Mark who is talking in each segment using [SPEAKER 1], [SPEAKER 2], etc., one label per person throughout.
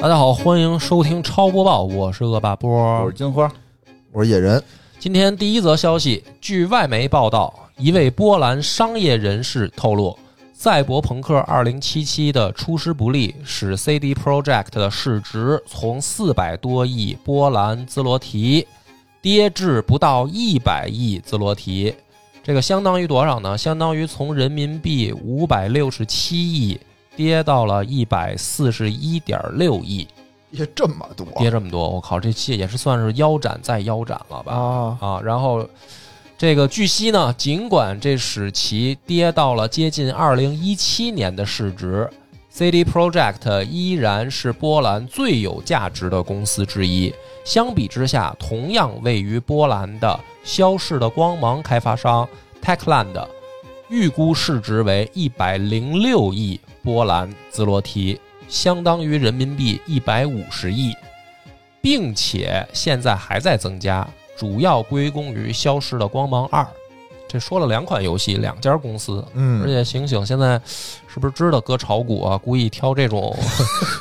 [SPEAKER 1] 大家好，欢迎收听超播报，我是恶霸波
[SPEAKER 2] 我是。金花，
[SPEAKER 3] 我是野人，
[SPEAKER 1] 今天第一则消息，据外媒报道，一位波兰商业人士透露，赛博朋克2077的出师不利，使 CD Projekt 的市值从400多亿波兰兹罗提跌至不到100亿兹罗提，这个相当于多少呢？相当于从人民币567亿跌到了141.6亿。
[SPEAKER 3] 也这么多
[SPEAKER 1] 跌这么多，我靠，这期也是算是腰斩再腰斩了吧？
[SPEAKER 3] 啊！
[SPEAKER 1] 啊，然后这个据悉呢，尽管这使其跌到了接近二零一七年的市值，CD Projekt 依然是波兰最有价值的公司之一。相比之下，同样位于波兰的消逝的光芒开发商 Techland 预估市值为一百零六亿波兰兹罗提，相当于人民币一百五十亿，并且现在还在增加，主要归功于《消失的光芒二》。这说了两款游戏，两家公司，而
[SPEAKER 3] 嗯，
[SPEAKER 1] 且醒醒，现在是不是知道搁炒股啊？故意挑这 种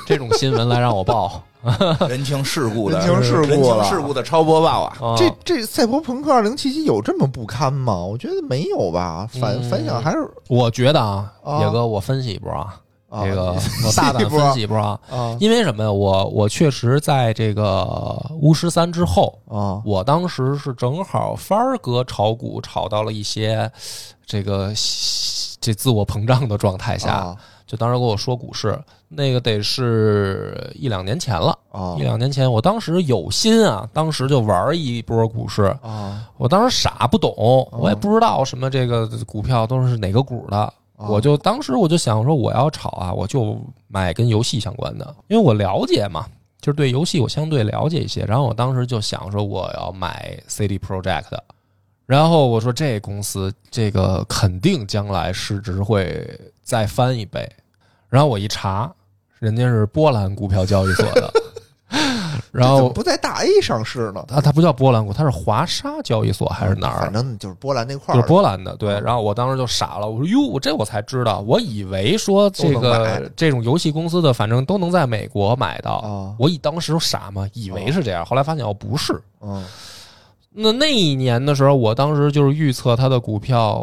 [SPEAKER 1] 这种新闻来让我报 啊
[SPEAKER 2] 人情世故的
[SPEAKER 3] 人情世故了
[SPEAKER 2] 人情世故的超播报啊！
[SPEAKER 1] 啊？
[SPEAKER 3] 这这赛博朋克二零七七有这么不堪吗？我觉得没有吧，反
[SPEAKER 1] 嗯
[SPEAKER 3] 反响还是
[SPEAKER 1] 我觉得啊，
[SPEAKER 3] 啊
[SPEAKER 1] 野哥，我分析一波啊，
[SPEAKER 3] 啊
[SPEAKER 1] 这个我大胆分析一波啊，
[SPEAKER 3] 啊
[SPEAKER 1] 因为什么呀？我我确实在这个巫师三之后，
[SPEAKER 3] 啊
[SPEAKER 1] 我当时是正好帆儿哥炒股炒到了一些这个这自我膨胀的状态下，
[SPEAKER 3] 啊
[SPEAKER 1] 就当时跟我说股市那个得是一两年前了，
[SPEAKER 3] 啊
[SPEAKER 1] 一两年前，我当时有心啊，当时就玩一波股市，
[SPEAKER 3] 啊！
[SPEAKER 1] 我当时傻不懂，我也不知道什么这个股票都是哪个股的，
[SPEAKER 3] 啊
[SPEAKER 1] 我就当时我就想说，我要炒啊，我就买跟游戏相关的，因为我了解嘛，就是对游戏我相对了解一些。然后我当时就想说，我要买 CD Project，然后我说这公司这个肯定将来市值会再翻一倍。然后我一查，人家是波兰股票交易所 的，然
[SPEAKER 3] 这怎么
[SPEAKER 1] 后啊
[SPEAKER 3] 不在大 A 上市呢？
[SPEAKER 1] 它它不叫波兰股，它是华沙交易所还是哪儿啊
[SPEAKER 3] 反？正就是波兰那块
[SPEAKER 1] 就
[SPEAKER 3] 儿啊嗯
[SPEAKER 1] 是波兰的，对。然后我当时就傻了，我说哟，我这我才知道，我以为说这
[SPEAKER 3] 都能
[SPEAKER 1] 个
[SPEAKER 3] 买
[SPEAKER 1] 这种游戏公司的，反正都能在美国买到。
[SPEAKER 3] 啊，
[SPEAKER 1] 我以当时傻嘛，以为是这样，后来发现哦不是。
[SPEAKER 3] 嗯
[SPEAKER 1] 那那一年的时候，我当时就是预测它的股票，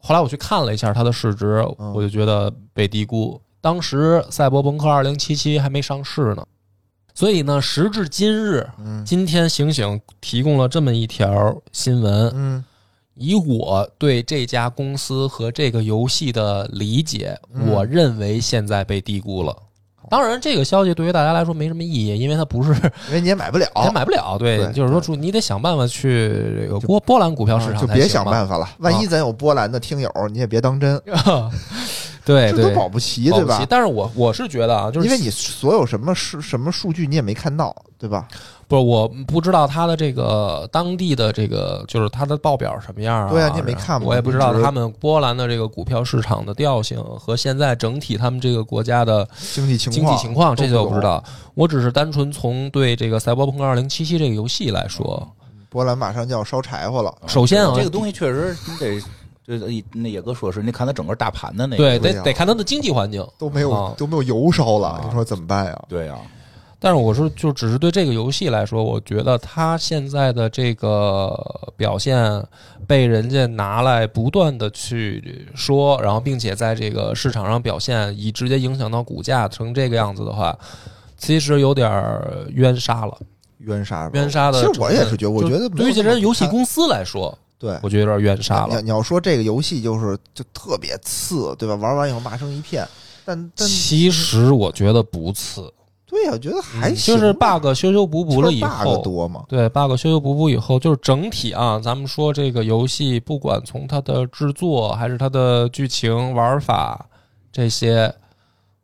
[SPEAKER 1] 后来我去看了一下它的市值，
[SPEAKER 3] 嗯
[SPEAKER 1] 我就觉得被低估。当时《赛博朋克2077》还没上市呢，所以呢，时至今日，
[SPEAKER 3] 嗯
[SPEAKER 1] 今天醒醒提供了这么一条新闻，
[SPEAKER 3] 嗯
[SPEAKER 1] 以我对这家公司和这个游戏的理解，
[SPEAKER 3] 嗯
[SPEAKER 1] 我认为现在被低估了。当然，这个消息对于大家来说没什么意义，因为它不是
[SPEAKER 3] 因为你也买不了，
[SPEAKER 1] 它买不了。对，
[SPEAKER 3] 哦对
[SPEAKER 1] 就是说，你得想办法去这个波波兰股票市
[SPEAKER 3] 啊
[SPEAKER 1] 场
[SPEAKER 3] 就
[SPEAKER 1] 才行嘛，啊
[SPEAKER 3] 别想办法了。万一咱有波兰的听友，你也别当真，
[SPEAKER 1] 法。 对
[SPEAKER 3] 这都
[SPEAKER 1] 哎对，
[SPEAKER 3] 保不齐，对
[SPEAKER 1] 保不齐
[SPEAKER 3] 吧？
[SPEAKER 1] 但是我我是觉得啊，就是
[SPEAKER 3] 因为你所有什么数什么数据你也没看到，对吧？
[SPEAKER 1] 不是我不知道它的这个当地的这个就是它的报表什么样啊？
[SPEAKER 3] 对啊你也没看嘛
[SPEAKER 1] 我也不知道
[SPEAKER 3] 你只是
[SPEAKER 1] 他们波兰的这个股票市场的调性和现在整体他们这个国家的
[SPEAKER 3] 经济情
[SPEAKER 1] 经
[SPEAKER 3] 况，
[SPEAKER 1] 济情况，这些
[SPEAKER 3] 都
[SPEAKER 1] 我不知。道。我只是单纯从对这个《赛博朋克2077》这个游戏来
[SPEAKER 3] 哦
[SPEAKER 1] 说，
[SPEAKER 3] 波兰马上就要烧柴火了，
[SPEAKER 1] 首先啊，
[SPEAKER 2] 这个东西确实你得，这呃那野哥说是，你看他整个大盘的那个，
[SPEAKER 1] 对
[SPEAKER 3] 不一
[SPEAKER 1] 得
[SPEAKER 3] 样
[SPEAKER 1] 得看它的经济环境。
[SPEAKER 3] 都没有、
[SPEAKER 1] 啊
[SPEAKER 3] 都没有油烧了，
[SPEAKER 2] 啊
[SPEAKER 3] 你说怎么办呀？
[SPEAKER 2] 对啊，
[SPEAKER 1] 但是我说，就只是对这个游戏来说，我觉得它现在的这个表现被人家拿来不断的去说，然后并且在这个市场上表现，以直接影响到股价成这个样子的话，其实有点儿冤杀了。
[SPEAKER 3] 冤杀吧，
[SPEAKER 1] 冤杀的
[SPEAKER 3] 呃其
[SPEAKER 1] 成分，
[SPEAKER 3] 实我也是觉得，我
[SPEAKER 1] 就
[SPEAKER 3] 觉得没有
[SPEAKER 1] 对于这
[SPEAKER 3] 那么哎
[SPEAKER 1] 些游戏
[SPEAKER 3] 看
[SPEAKER 1] 公司来说，
[SPEAKER 3] 对。
[SPEAKER 1] 我觉得有点冤杀了
[SPEAKER 3] 你要。你要说这个游戏就是就特别次，对吧？玩完以后骂声一片，但但
[SPEAKER 1] 其实我觉得不次，嗯
[SPEAKER 3] 对呀、我觉得还行
[SPEAKER 1] 就
[SPEAKER 3] 吧，
[SPEAKER 1] 是 bug 修修补补了以
[SPEAKER 3] 就是 bug
[SPEAKER 1] 后，
[SPEAKER 3] 多嘛，
[SPEAKER 1] 对 bug 修修补补以后，就是整体啊，咱们说这个游戏，不管从它的制作还是它的剧情、玩法这些，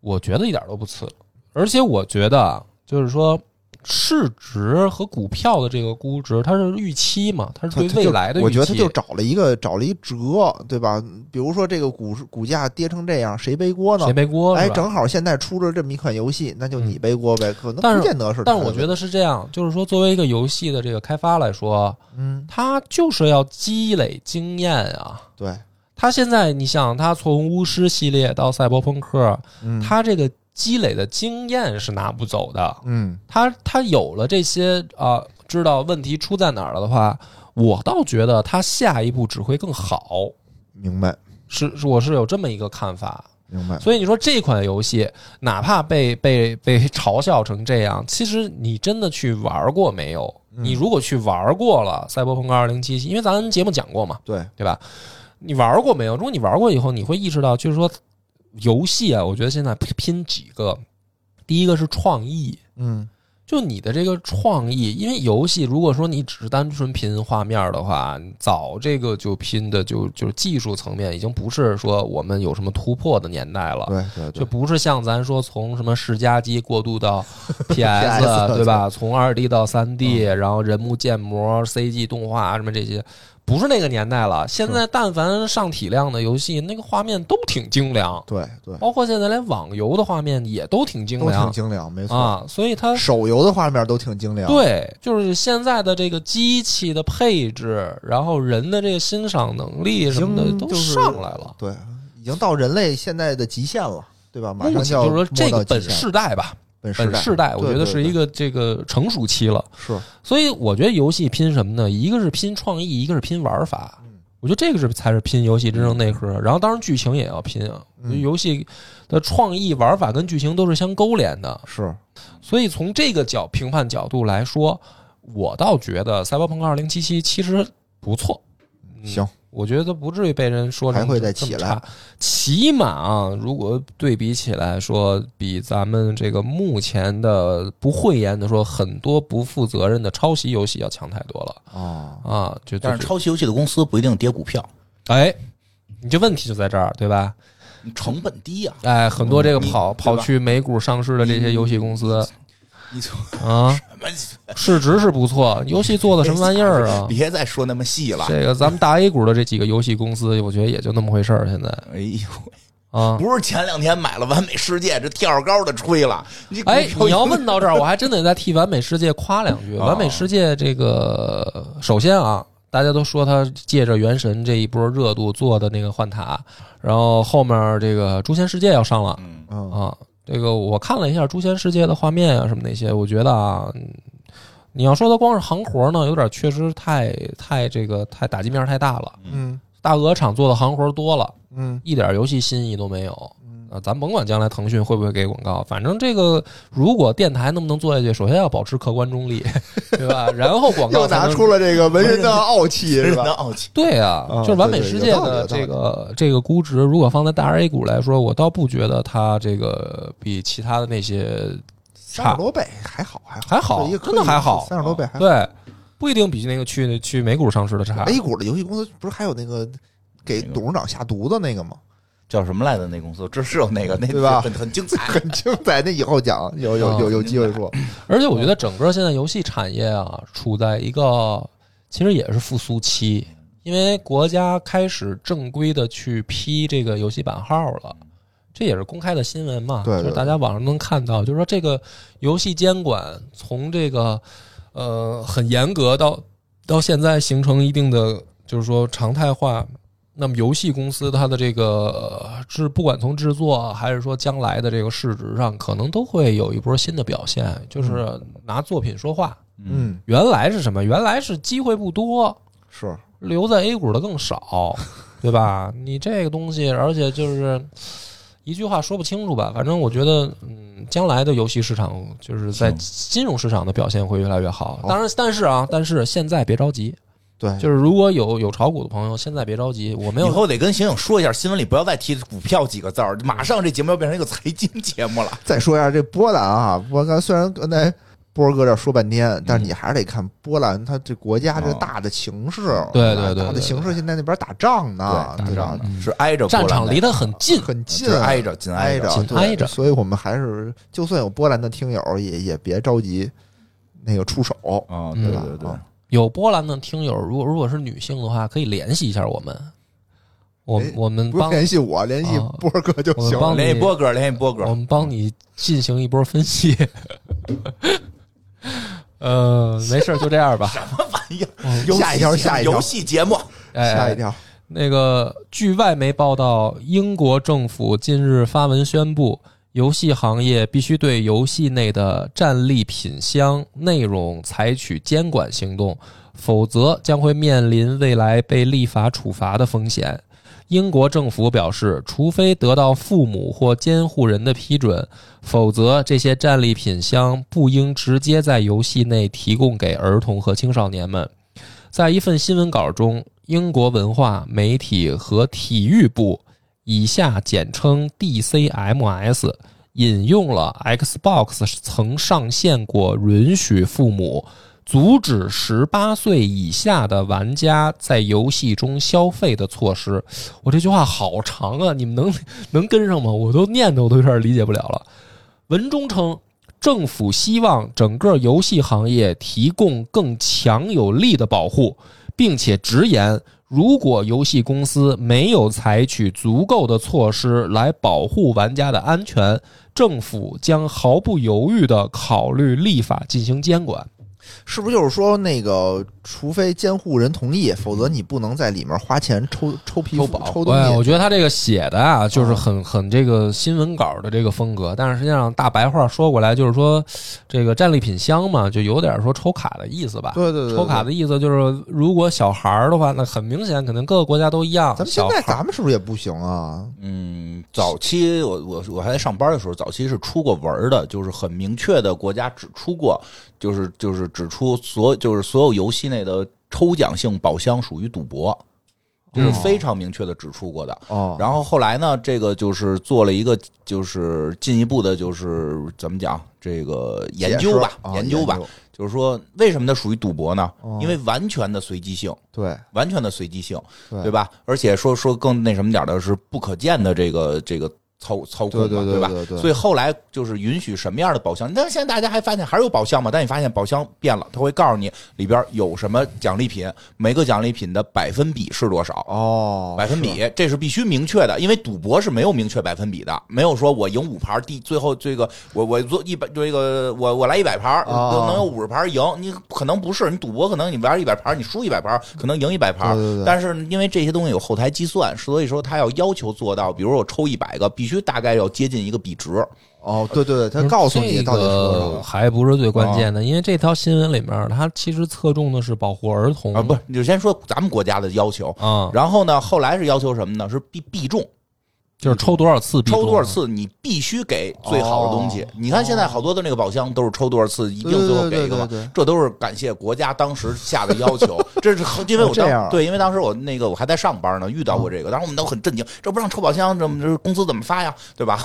[SPEAKER 1] 我觉得一点都不次。而且我觉得啊，就是说市值和股票的这个估值，它是预期嘛，它是对
[SPEAKER 3] 它
[SPEAKER 1] 未
[SPEAKER 3] 就
[SPEAKER 1] 来的预期。
[SPEAKER 3] 我觉得他就找了一个找了一折，对吧？比如说这个股股价跌成这样，谁背锅呢
[SPEAKER 1] 谁？背锅是
[SPEAKER 3] 哎，
[SPEAKER 1] 吧
[SPEAKER 3] 正好现在出了这么一款游戏，那就你
[SPEAKER 1] 嗯
[SPEAKER 3] 背锅呗，可能
[SPEAKER 1] 但是
[SPEAKER 3] 不见得是他
[SPEAKER 1] 但
[SPEAKER 3] 的
[SPEAKER 1] 我
[SPEAKER 3] 问题。
[SPEAKER 1] 觉得是这样，就是说，作为一个游戏的这个开发来说，
[SPEAKER 3] 嗯，
[SPEAKER 1] 它就是要积累经验啊。
[SPEAKER 3] 对，
[SPEAKER 1] 它现在，你想，它从巫师系列到赛博朋克，
[SPEAKER 3] 嗯，
[SPEAKER 1] 它这个积累的经验是拿不走的。
[SPEAKER 3] 嗯
[SPEAKER 1] 他他有了这些啊、知道问题出在哪儿了的话，我倒觉得他下一步只会更好。
[SPEAKER 3] 明白
[SPEAKER 1] 是，是我是有这么一个看法。
[SPEAKER 3] 明白，
[SPEAKER 1] 所以你说这款游戏，哪怕被被被嘲笑成这样，其实你真的去玩过没有？
[SPEAKER 3] 嗯
[SPEAKER 1] 你如果去玩过了《赛博朋克2077》，因为咱节目讲过嘛，
[SPEAKER 3] 对，
[SPEAKER 1] 对吧？你玩过没有？如果你玩过以后，你会意识到，就是说，游戏啊，我觉得现在拼拼几个，第一个是创意，
[SPEAKER 3] 嗯
[SPEAKER 1] 就你的这个创意，因为游戏如果说你只是单纯拼画面的话，早这个就拼的就就是技术层面已经不是说我们有什么突破的年代了。
[SPEAKER 3] 对对
[SPEAKER 1] 就
[SPEAKER 3] 对，
[SPEAKER 1] 不是像咱说从什么世嘉机过渡 到 PS，
[SPEAKER 3] PS
[SPEAKER 1] 对吧？从二 D 到三 D，、然
[SPEAKER 3] 嗯
[SPEAKER 1] 后人物建模、CG 动画什么这些，不是那个年代了。现在但凡上体量的游戏，那个画面都挺精良，
[SPEAKER 3] 对对，
[SPEAKER 1] 包括现在连网游的画面也都挺精
[SPEAKER 3] 都挺
[SPEAKER 1] 良
[SPEAKER 3] 精啊良，没错，
[SPEAKER 1] 啊。所以它
[SPEAKER 3] 手游的画面都挺精良，
[SPEAKER 1] 对，就是现在的这个机器的配置，然后人的这个欣赏能力什么的
[SPEAKER 3] 行
[SPEAKER 1] 都
[SPEAKER 3] 就是
[SPEAKER 1] 上来了。
[SPEAKER 3] 对，已经到人类现在的极限了，对吧？马
[SPEAKER 1] 目
[SPEAKER 3] 上
[SPEAKER 1] 前
[SPEAKER 3] 就要
[SPEAKER 1] 就是说，这
[SPEAKER 3] 摸
[SPEAKER 1] 个
[SPEAKER 3] 到极
[SPEAKER 1] 本
[SPEAKER 3] 限了
[SPEAKER 1] 世代吧，
[SPEAKER 3] 本
[SPEAKER 1] 本
[SPEAKER 3] 世
[SPEAKER 1] 世代，我
[SPEAKER 3] 对
[SPEAKER 1] 觉得
[SPEAKER 3] 对
[SPEAKER 1] 是
[SPEAKER 3] 对
[SPEAKER 1] 一个这个成熟期了。
[SPEAKER 3] 是
[SPEAKER 1] 所以我觉得游戏拼什么呢？一个是拼创意，一个是拼玩法
[SPEAKER 3] 嗯。
[SPEAKER 1] 我觉得这个是才是拼游戏真正内核。然后当然剧情也要拼啊，
[SPEAKER 3] 嗯
[SPEAKER 1] 就游戏的创意、玩法跟剧情都是相勾连的。
[SPEAKER 3] 是，
[SPEAKER 1] 所以从这个角评判角度来说，我倒觉得《赛博朋克2077》其实不错。嗯
[SPEAKER 3] 行，
[SPEAKER 1] 我觉得不至于被人说成
[SPEAKER 3] 还会再
[SPEAKER 1] 这么
[SPEAKER 3] 起来
[SPEAKER 1] 差。起码啊，如果对比起来说，比咱们这个目前的不讳言的说，很多不负责任的抄袭游戏要强太多了
[SPEAKER 3] 哦，
[SPEAKER 1] 啊！就就
[SPEAKER 2] 但是抄袭游戏的公司不一定跌股票，
[SPEAKER 1] 哎，你这问题就在这儿，对吧？
[SPEAKER 2] 你成本低呀、
[SPEAKER 1] 哎，很多这个
[SPEAKER 2] 嗯
[SPEAKER 1] 跑
[SPEAKER 2] 你对吧
[SPEAKER 1] 跑去美股上市的这些游戏公司
[SPEAKER 2] 你从
[SPEAKER 1] 啊，市值是不错，游戏做的什么玩意儿啊？
[SPEAKER 2] 别再说那么细了。
[SPEAKER 1] 这个咱们大 A 股的这几个游戏公司，我觉得也就那么回事儿，现在
[SPEAKER 2] 哎呦，
[SPEAKER 1] 啊。
[SPEAKER 2] 不是前两天买了完美世界，这跳着高的吹了。你
[SPEAKER 1] 哎，你要问到这儿，我还真得再替完美世界夸两句。
[SPEAKER 2] 哦
[SPEAKER 1] 完美世界这个，首先啊，大家都说他借着《原神》这一波热度做的那个幻塔，然后后面这个《诛仙世界》要上了
[SPEAKER 2] 嗯，
[SPEAKER 3] 嗯，
[SPEAKER 1] 啊。这个我看了一下《诛仙世界》的画面啊，什么那些，我觉得啊，嗯你要说它光是行活呢，有点确实太太这个太打击面太大了。
[SPEAKER 3] 嗯
[SPEAKER 1] 大鹅厂做的行活多了，
[SPEAKER 3] 嗯
[SPEAKER 1] 一点游戏新意都没有。
[SPEAKER 3] 嗯
[SPEAKER 1] 啊，咱甭管将来腾讯会不会给广告，反正这个如果电台能不能做下去，首先要保持客观中 立，对吧？然后广告
[SPEAKER 3] 又
[SPEAKER 1] 才
[SPEAKER 3] 拿
[SPEAKER 1] 能
[SPEAKER 3] 出了这个文人的傲气，是
[SPEAKER 2] 真的
[SPEAKER 3] 吧？
[SPEAKER 2] 傲气。
[SPEAKER 1] 对啊，
[SPEAKER 3] 啊
[SPEAKER 1] 就是完美
[SPEAKER 3] 对对
[SPEAKER 1] 世
[SPEAKER 3] 有
[SPEAKER 1] 界
[SPEAKER 3] 道理
[SPEAKER 1] 的
[SPEAKER 3] 有道
[SPEAKER 1] 这
[SPEAKER 3] 理
[SPEAKER 1] 个这个估值，如果放在大 A 股来说，我倒不觉得它这个比其他的那些
[SPEAKER 3] 三十
[SPEAKER 1] 差，
[SPEAKER 3] 多倍还好，还好，
[SPEAKER 1] 还好
[SPEAKER 3] 对一个，
[SPEAKER 1] 真的还好，啊
[SPEAKER 3] 三十多倍还好。
[SPEAKER 1] 对，啊不一定比那个去去美股上市的差。
[SPEAKER 3] A 股的游戏公司不是还有那个给
[SPEAKER 2] 那个
[SPEAKER 3] 董事长下毒的那个吗？
[SPEAKER 2] 叫什么来着？那公司这是有那个那
[SPEAKER 3] 对吧
[SPEAKER 2] 很很精彩。
[SPEAKER 3] 很精彩，那以后讲，有有有有机会说。
[SPEAKER 1] 而且我觉得整个现在游戏产业啊，处在一个其实也是复苏期，因为国家开始正规的去批这个游戏版号了。这也是公开的新闻嘛，
[SPEAKER 3] 对对
[SPEAKER 1] 就是大家网上能看到，就是说这个游戏监管从这个呃很严格到到现在形成一定的就是说常态化。那么游戏公司它的这个呃制，不管从制作啊还是说将来的这个市值上，可能都会有一波新的表现，就是
[SPEAKER 2] 嗯
[SPEAKER 1] 拿作品说话。
[SPEAKER 3] 嗯，
[SPEAKER 1] 原来是什么？原来是机会不多，
[SPEAKER 3] 是，
[SPEAKER 1] 留在 A 股的更 少，对吧？你这个东西，而且就是一句话说不清楚吧。反正我觉得，嗯，将来的游戏市场就是在
[SPEAKER 2] 行
[SPEAKER 1] 金融市场的表现会越来越好。
[SPEAKER 3] 好
[SPEAKER 1] 当然，但是啊，但是现在别着急，
[SPEAKER 3] 对，
[SPEAKER 1] 就是如果有有炒股的朋友，现在别着急，我没
[SPEAKER 2] 以
[SPEAKER 1] 有。
[SPEAKER 2] 后得跟醒醒说一下，新闻里不要再提股票几个字儿，马上这节目要变成一个财经节目了。
[SPEAKER 3] 再说一下这波兰啊，波兰虽然刚才波儿哥这说半天，但是你还是得看波兰它这国家这
[SPEAKER 2] 哦
[SPEAKER 3] 大的形势，
[SPEAKER 1] 对
[SPEAKER 3] 吧
[SPEAKER 1] 对对
[SPEAKER 3] 大
[SPEAKER 1] 对
[SPEAKER 3] 的形势现在那边打仗呢，
[SPEAKER 2] 对，打
[SPEAKER 3] 对
[SPEAKER 2] 仗
[SPEAKER 3] 吧
[SPEAKER 2] 呢是挨着波
[SPEAKER 1] 战
[SPEAKER 2] 兰
[SPEAKER 1] 场
[SPEAKER 2] 的
[SPEAKER 1] 离得很近，
[SPEAKER 3] 很近
[SPEAKER 2] 就
[SPEAKER 3] 啊
[SPEAKER 2] 是，挨着紧
[SPEAKER 3] 挨
[SPEAKER 2] 着。
[SPEAKER 1] 紧
[SPEAKER 3] 对
[SPEAKER 1] 挨着
[SPEAKER 3] 所以我们还是就算有波兰的听友，也也别着急那个出手，
[SPEAKER 2] 啊，
[SPEAKER 1] 嗯
[SPEAKER 2] 对
[SPEAKER 3] 对吧
[SPEAKER 2] 对对，
[SPEAKER 3] 啊
[SPEAKER 1] 有波兰的听友，如果如果是女性的话，可以联系一下我们，我
[SPEAKER 3] 哎
[SPEAKER 1] 我们
[SPEAKER 3] 不用
[SPEAKER 1] 帮
[SPEAKER 3] 联系我，联系
[SPEAKER 1] 啊
[SPEAKER 3] 波儿哥就
[SPEAKER 1] 我们
[SPEAKER 3] 行。
[SPEAKER 1] 帮
[SPEAKER 2] 联系
[SPEAKER 1] 你
[SPEAKER 2] 波哥，联系波哥
[SPEAKER 1] 我，们帮你进行一波分析。 呃，没事儿，就这样吧。
[SPEAKER 2] 哎呀，
[SPEAKER 1] 嗯
[SPEAKER 2] 游戏
[SPEAKER 3] 下一条下一条
[SPEAKER 2] 游戏节目，
[SPEAKER 3] 吓一
[SPEAKER 1] 哎，
[SPEAKER 3] 跳，
[SPEAKER 1] 那个，据外媒报道，英国政府近日发文宣布，游戏行业必须对游戏内的战利品箱内容采取监管行动，否则将会面临未来被立法处罚的风险。英国政府表示，除非得到父母或监护人的批准，否则这些战利品箱不应直接在游戏内提供给儿童和青少年们。在一份新闻稿中，英国文化、媒体和体育部（以下简称 DCMS） 引用了 Xbox 曾上线过允许父母阻止十八岁以下的玩家在游戏中消费的措施。我这句话好长啊，你们能能跟上吗？我都念的我都有点理解不了了。文中称，政府希望整个游戏行业提供更强有力的保护，并且直言，如果游戏公司没有采取足够的措施来保护玩家的安全，政府将毫不犹豫地考虑立法进行监管。
[SPEAKER 3] 是不是就是说那个，除非监护人同意，否则你不能在里面花钱抽抽皮肤、抽东
[SPEAKER 1] 对，哎我
[SPEAKER 3] 西？
[SPEAKER 1] 觉得他这个写的啊，就是很很这个新闻稿的这个风格，但是实际上大白话说过来就是说，这个战利品箱嘛，就有点说抽卡的意思吧。
[SPEAKER 3] 对对对，
[SPEAKER 1] 抽卡
[SPEAKER 3] 对。
[SPEAKER 1] 的意思就是，如果小孩儿的话，那很明显，可能各个国家都一样。
[SPEAKER 3] 咱们现
[SPEAKER 1] 小
[SPEAKER 3] 在
[SPEAKER 1] 孩儿
[SPEAKER 3] 咱们是不是也不行啊？
[SPEAKER 2] 嗯，早期我我我还在上班的时候，早期是出过文儿的，就是很明确的国家指出过，就是就是指出所就是所有游戏内的抽奖性宝箱属于赌博，这是非常明确的指出过的。
[SPEAKER 3] 嗯哦，
[SPEAKER 2] 然后后来呢，这个就是做了一个就是进一步的，就是怎么讲这个研究吧，
[SPEAKER 3] 解释啊
[SPEAKER 2] 研究吧，就是说为什么它属于赌博呢？
[SPEAKER 3] 哦
[SPEAKER 2] 因为完全的随机性，
[SPEAKER 3] 对
[SPEAKER 2] 完全的随机性。
[SPEAKER 3] 对
[SPEAKER 2] 对？吧？而且说说更那什么点儿的是不可见的这个这个操操控嘛，
[SPEAKER 3] 对对对
[SPEAKER 2] 吧？
[SPEAKER 3] 对对
[SPEAKER 2] 所以后来就是允许什么样的宝箱？但是现在大家还发现还是有宝箱嘛，但你发现宝箱变了，它会告诉你里边有什么奖励品，每个奖励品的百分比是多少。
[SPEAKER 3] 哦，
[SPEAKER 2] 百分比，这是必须明确的，因为赌博是没有明确百分比的，没有说我赢五盘，第最后这个我我做一百这个我我来一百盘，
[SPEAKER 3] 哦
[SPEAKER 2] 能能有五十盘赢，你可能不是，你赌博可能你玩一百盘，你输一百盘，可能赢一百盘，
[SPEAKER 3] 对对对
[SPEAKER 2] 但是因为这些东西有后台计算，所以说他要要求做到，比如我抽一百个，必须大概要接近一个比值，
[SPEAKER 3] 哦，对对对，他告诉你到底是多
[SPEAKER 1] 这
[SPEAKER 3] 少
[SPEAKER 1] 个。还不是最关键的，因为这条新闻里面，它其实侧重的是保护儿童
[SPEAKER 2] 啊，不是，你就先说咱们国家的要求，
[SPEAKER 1] 啊，
[SPEAKER 2] 然后呢，后来是要求什么呢？是必必中，
[SPEAKER 1] 就是抽多少次必中
[SPEAKER 2] 抽多少次你必须给最好的东
[SPEAKER 3] 哦
[SPEAKER 2] 西。你看现在好多的那个宝箱都是抽多少次一定最后给一个嘛
[SPEAKER 3] 对对对对对对，
[SPEAKER 2] 这都是感谢国家当时下的要 求。这是因为我
[SPEAKER 3] 哦这样嗯
[SPEAKER 2] 当对，因为当时我那个我还在上班呢，遇到过这个，当时我们都很震惊，这不让抽宝箱，这这工资怎么发呀？对 吧？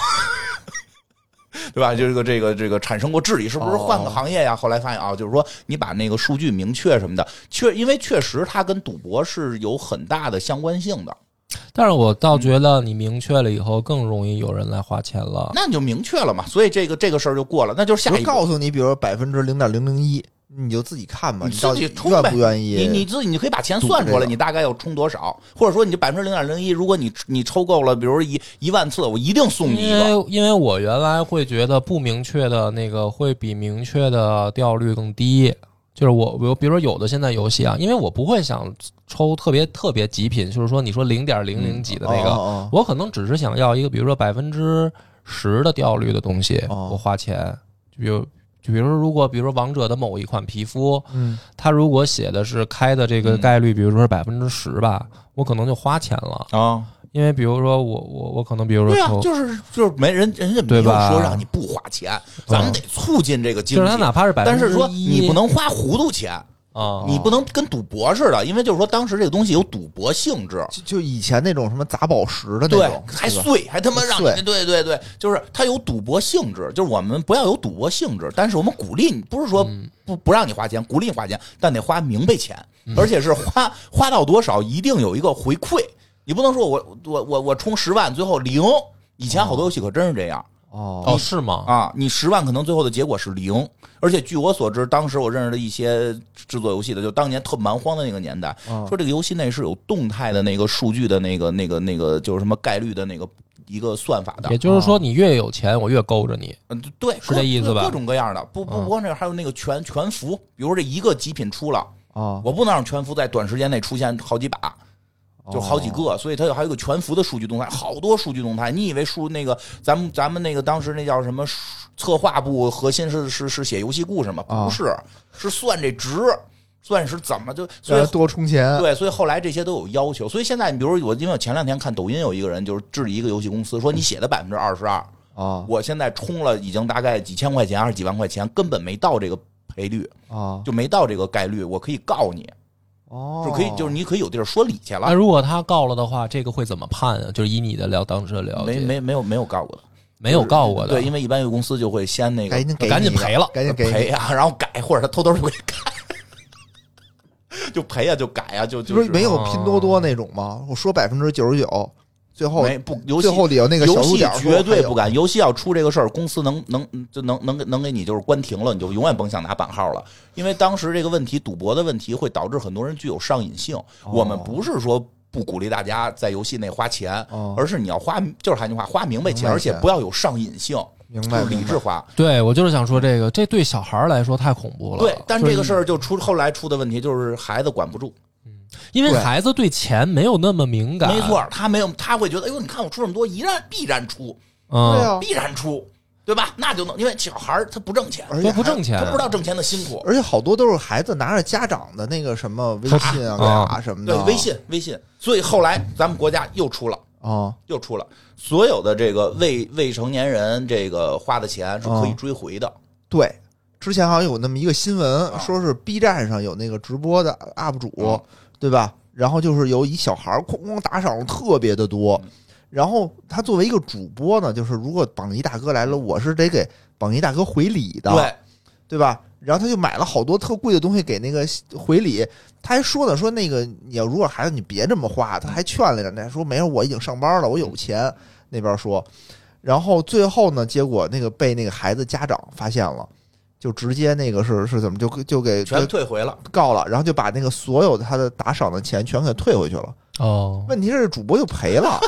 [SPEAKER 2] 对吧？就是个这个这个产生过质疑，是不是换个行业
[SPEAKER 3] 哦
[SPEAKER 2] 呀？后来发现啊，就是说你把那个数据明确什么的，确因为确实它跟赌博是有很大的相关性的，
[SPEAKER 1] 但是我倒觉得你明确了以后，更容易有人来花钱了。
[SPEAKER 2] 那你就明确了嘛。所以这个这个事儿就过了，那就是下
[SPEAKER 3] 我
[SPEAKER 2] 一步。
[SPEAKER 3] 告诉你，比如说百分之零点零零一，你就自己看吧，
[SPEAKER 2] 你
[SPEAKER 3] 到
[SPEAKER 2] 自
[SPEAKER 3] 底
[SPEAKER 2] 己充
[SPEAKER 3] 愿
[SPEAKER 2] 呗，
[SPEAKER 3] 不愿意？
[SPEAKER 2] 你你自己你可以把钱
[SPEAKER 3] 赌
[SPEAKER 2] 算出
[SPEAKER 3] 这
[SPEAKER 2] 来，
[SPEAKER 3] 个
[SPEAKER 2] 你大概要充多少，或者说你这百分之零点零一，如果你你抽够了，比如一一万次，我一定送你一
[SPEAKER 1] 因
[SPEAKER 2] 个。
[SPEAKER 1] 为因为我原来会觉得不明确的那个会比明确的掉率更低，就是我我比如说有的现在游戏啊，因为我不会想抽特别特别极品，就是说你说零点零零几的那个，
[SPEAKER 2] 嗯
[SPEAKER 3] 哦
[SPEAKER 1] 我可能只是想要一个比如说百分之十的掉率的东西，
[SPEAKER 3] 哦
[SPEAKER 1] 我花钱，就比如就比如说如果比如说王者的某一款皮肤，
[SPEAKER 3] 嗯，
[SPEAKER 1] 它如果写的是开的这个
[SPEAKER 2] 嗯
[SPEAKER 1] 概率，比如说是百分之十吧，我可能就花钱了，
[SPEAKER 2] 啊，
[SPEAKER 1] 因为比如说我我我可能比如说
[SPEAKER 2] 对啊
[SPEAKER 1] 抽，。
[SPEAKER 2] 就是就是没人人家没
[SPEAKER 1] 对
[SPEAKER 2] 有
[SPEAKER 1] 吧嗯
[SPEAKER 2] 说让你不花钱，咱们得促进这个经
[SPEAKER 1] 就是他
[SPEAKER 2] 济。
[SPEAKER 1] 哪怕是百分
[SPEAKER 2] 但
[SPEAKER 1] 之
[SPEAKER 2] 是说你不能花糊涂钱，
[SPEAKER 1] 啊，
[SPEAKER 2] 你不能跟赌博似的，因为就是说当时这个东西有赌博性质，
[SPEAKER 3] 就就以前那种什么砸宝石的那
[SPEAKER 2] 对
[SPEAKER 3] 种，，
[SPEAKER 2] 还
[SPEAKER 3] 是吧
[SPEAKER 2] 碎，还他妈让你
[SPEAKER 3] 碎
[SPEAKER 2] 对对对，就是它有赌博性质，就是我们不要有赌博性质，但是我们鼓励你，不是说不不让你花钱，鼓励你花钱，但得花明白钱，而且是花花到多少一定有一个回馈，你不能说我我我我充十万最后零，以前好多游戏可真是这样。
[SPEAKER 3] 哦，
[SPEAKER 1] 哦，是吗？
[SPEAKER 2] 啊，你十万可能最后的结果是零，而且据我所知，当时我认识的一些制作游戏的，就当年特蛮荒的那个年代，
[SPEAKER 1] 啊
[SPEAKER 2] 说这个游戏内是有动态的那个数据的那个那个那个就是什么概率的那个一个算法的
[SPEAKER 1] 也，就是说，你越有钱，我越勾着你。
[SPEAKER 2] 嗯，对，
[SPEAKER 1] 是这意思吧啊
[SPEAKER 2] 各各种各样的，不不不光这个，还有那个全全服，比如说这一个极品出了，
[SPEAKER 3] 哦
[SPEAKER 2] 我不能让全服在短时间内出现好几把，
[SPEAKER 3] 哦
[SPEAKER 2] 就好几个，所以它有还有一个全幅的数据动态，好多数据动态。你以为数那个咱们咱们那个当时那叫什么数策划部核心是是是写游戏故事吗？
[SPEAKER 3] 啊
[SPEAKER 2] 不是，是算这值，算是怎么就所
[SPEAKER 3] 让
[SPEAKER 2] 以
[SPEAKER 3] 人多充钱，
[SPEAKER 2] 对，所以后来这些都有要求。所以现在，你比如我，因为我前两天看抖音有一个人就是质疑一个游戏公司，说你写的百分之二十二，
[SPEAKER 3] 嗯啊
[SPEAKER 2] 我现在充了已经大概几千块钱还是几万块钱，根本没到这个赔率，
[SPEAKER 3] 啊
[SPEAKER 2] 就没到这个概率，我可以告你，
[SPEAKER 3] 哦，
[SPEAKER 2] 就可以就是你可以有地儿说理去
[SPEAKER 1] 那
[SPEAKER 2] 了。
[SPEAKER 1] 如果他告了的话，这个会怎么判啊？就是以你的了当时的
[SPEAKER 3] 哎
[SPEAKER 1] 了解，
[SPEAKER 2] 没没没有没有告过的，
[SPEAKER 1] 没有告过的，
[SPEAKER 2] 对，因为一般有公司就会先那个
[SPEAKER 3] 赶紧给你
[SPEAKER 1] 赶紧
[SPEAKER 3] 一个
[SPEAKER 1] 赔了
[SPEAKER 3] 赶紧给
[SPEAKER 2] 赔
[SPEAKER 3] 你，
[SPEAKER 2] 啊，然后改，或者他偷偷就给改， 就赔啊呀、就改呀、就
[SPEAKER 3] 就
[SPEAKER 2] 就是啊
[SPEAKER 3] 没有拼多多那种吗？我说百分之九十九，最后
[SPEAKER 2] 没不游戏
[SPEAKER 3] 最后里有那个小
[SPEAKER 2] 游
[SPEAKER 3] 数
[SPEAKER 2] 戏
[SPEAKER 3] 点儿说还
[SPEAKER 2] 绝
[SPEAKER 3] 有，
[SPEAKER 2] 对不敢，游戏要出这个事儿，公司能能就能能能给你就是关停了，你就永远甭想拿版号了。因为当时这个问题，赌博的问题会导致很多人具有上瘾
[SPEAKER 3] 哦
[SPEAKER 2] 性。我们不是说不鼓励大家在游戏内花钱，
[SPEAKER 3] 哦
[SPEAKER 2] 而是你要花，就是喊句话，花明白
[SPEAKER 3] 明
[SPEAKER 2] 钱，
[SPEAKER 3] 白
[SPEAKER 2] 而且不要有上瘾性，
[SPEAKER 3] 明
[SPEAKER 2] 就
[SPEAKER 3] 白
[SPEAKER 2] 是理智花。
[SPEAKER 1] 对我就是想说这个，这对小孩儿来说太恐怖了。
[SPEAKER 2] 对，但
[SPEAKER 1] 就是
[SPEAKER 2] 这个事儿就出后来出的问题就是孩子管不住，
[SPEAKER 1] 因为
[SPEAKER 3] 对
[SPEAKER 1] 孩子对钱没有那么敏感，
[SPEAKER 2] 没错，，他没有，他会觉得，哎呦，你看我出这么多，一然必然出，
[SPEAKER 3] 对
[SPEAKER 1] 嗯，
[SPEAKER 3] 啊，
[SPEAKER 2] 必然出，对吧？那就能，因为小孩儿他不挣钱。
[SPEAKER 3] 而
[SPEAKER 1] 都
[SPEAKER 3] 且
[SPEAKER 1] 不
[SPEAKER 3] 还
[SPEAKER 1] 挣钱
[SPEAKER 2] 他不知道挣钱的辛苦，
[SPEAKER 3] 而且好多都是孩子拿着家长的那个什么微信啊、
[SPEAKER 1] 啊
[SPEAKER 3] 卡什么
[SPEAKER 2] 对
[SPEAKER 3] 的，，
[SPEAKER 2] 微信微信。所以后来咱们国家又出了，
[SPEAKER 3] 啊，
[SPEAKER 2] 又出了，所有的这个未未成年人这个花的钱是可
[SPEAKER 3] 哦
[SPEAKER 2] 以追回的。
[SPEAKER 3] 对。之前好像有那么一个新
[SPEAKER 2] 啊
[SPEAKER 3] 闻，说是 B 站上有那个直播的 UP
[SPEAKER 2] 嗯
[SPEAKER 3] 主，对吧？然后就是有一小孩儿哐哐打赏特别的多
[SPEAKER 2] 嗯，
[SPEAKER 3] 然后他作为一个主播呢，就是如果榜一大哥来了，我是得给榜一大哥回礼的，
[SPEAKER 2] 对，
[SPEAKER 3] 对吧？然后他就买了好多特贵的东西给那个回礼，他还说呢，说那个你要如果孩子你别这么花，他还劝了人家说没有，我已经上班了，我有钱。那边说，然后最后呢，结果那个被那个孩子家长发现了，就直接那个是是怎么就就给
[SPEAKER 2] 全退回了。
[SPEAKER 3] 告了，然后就把那个所有他的打赏的钱全给退回去了。
[SPEAKER 1] 哦，
[SPEAKER 3] 问题是主播就赔 了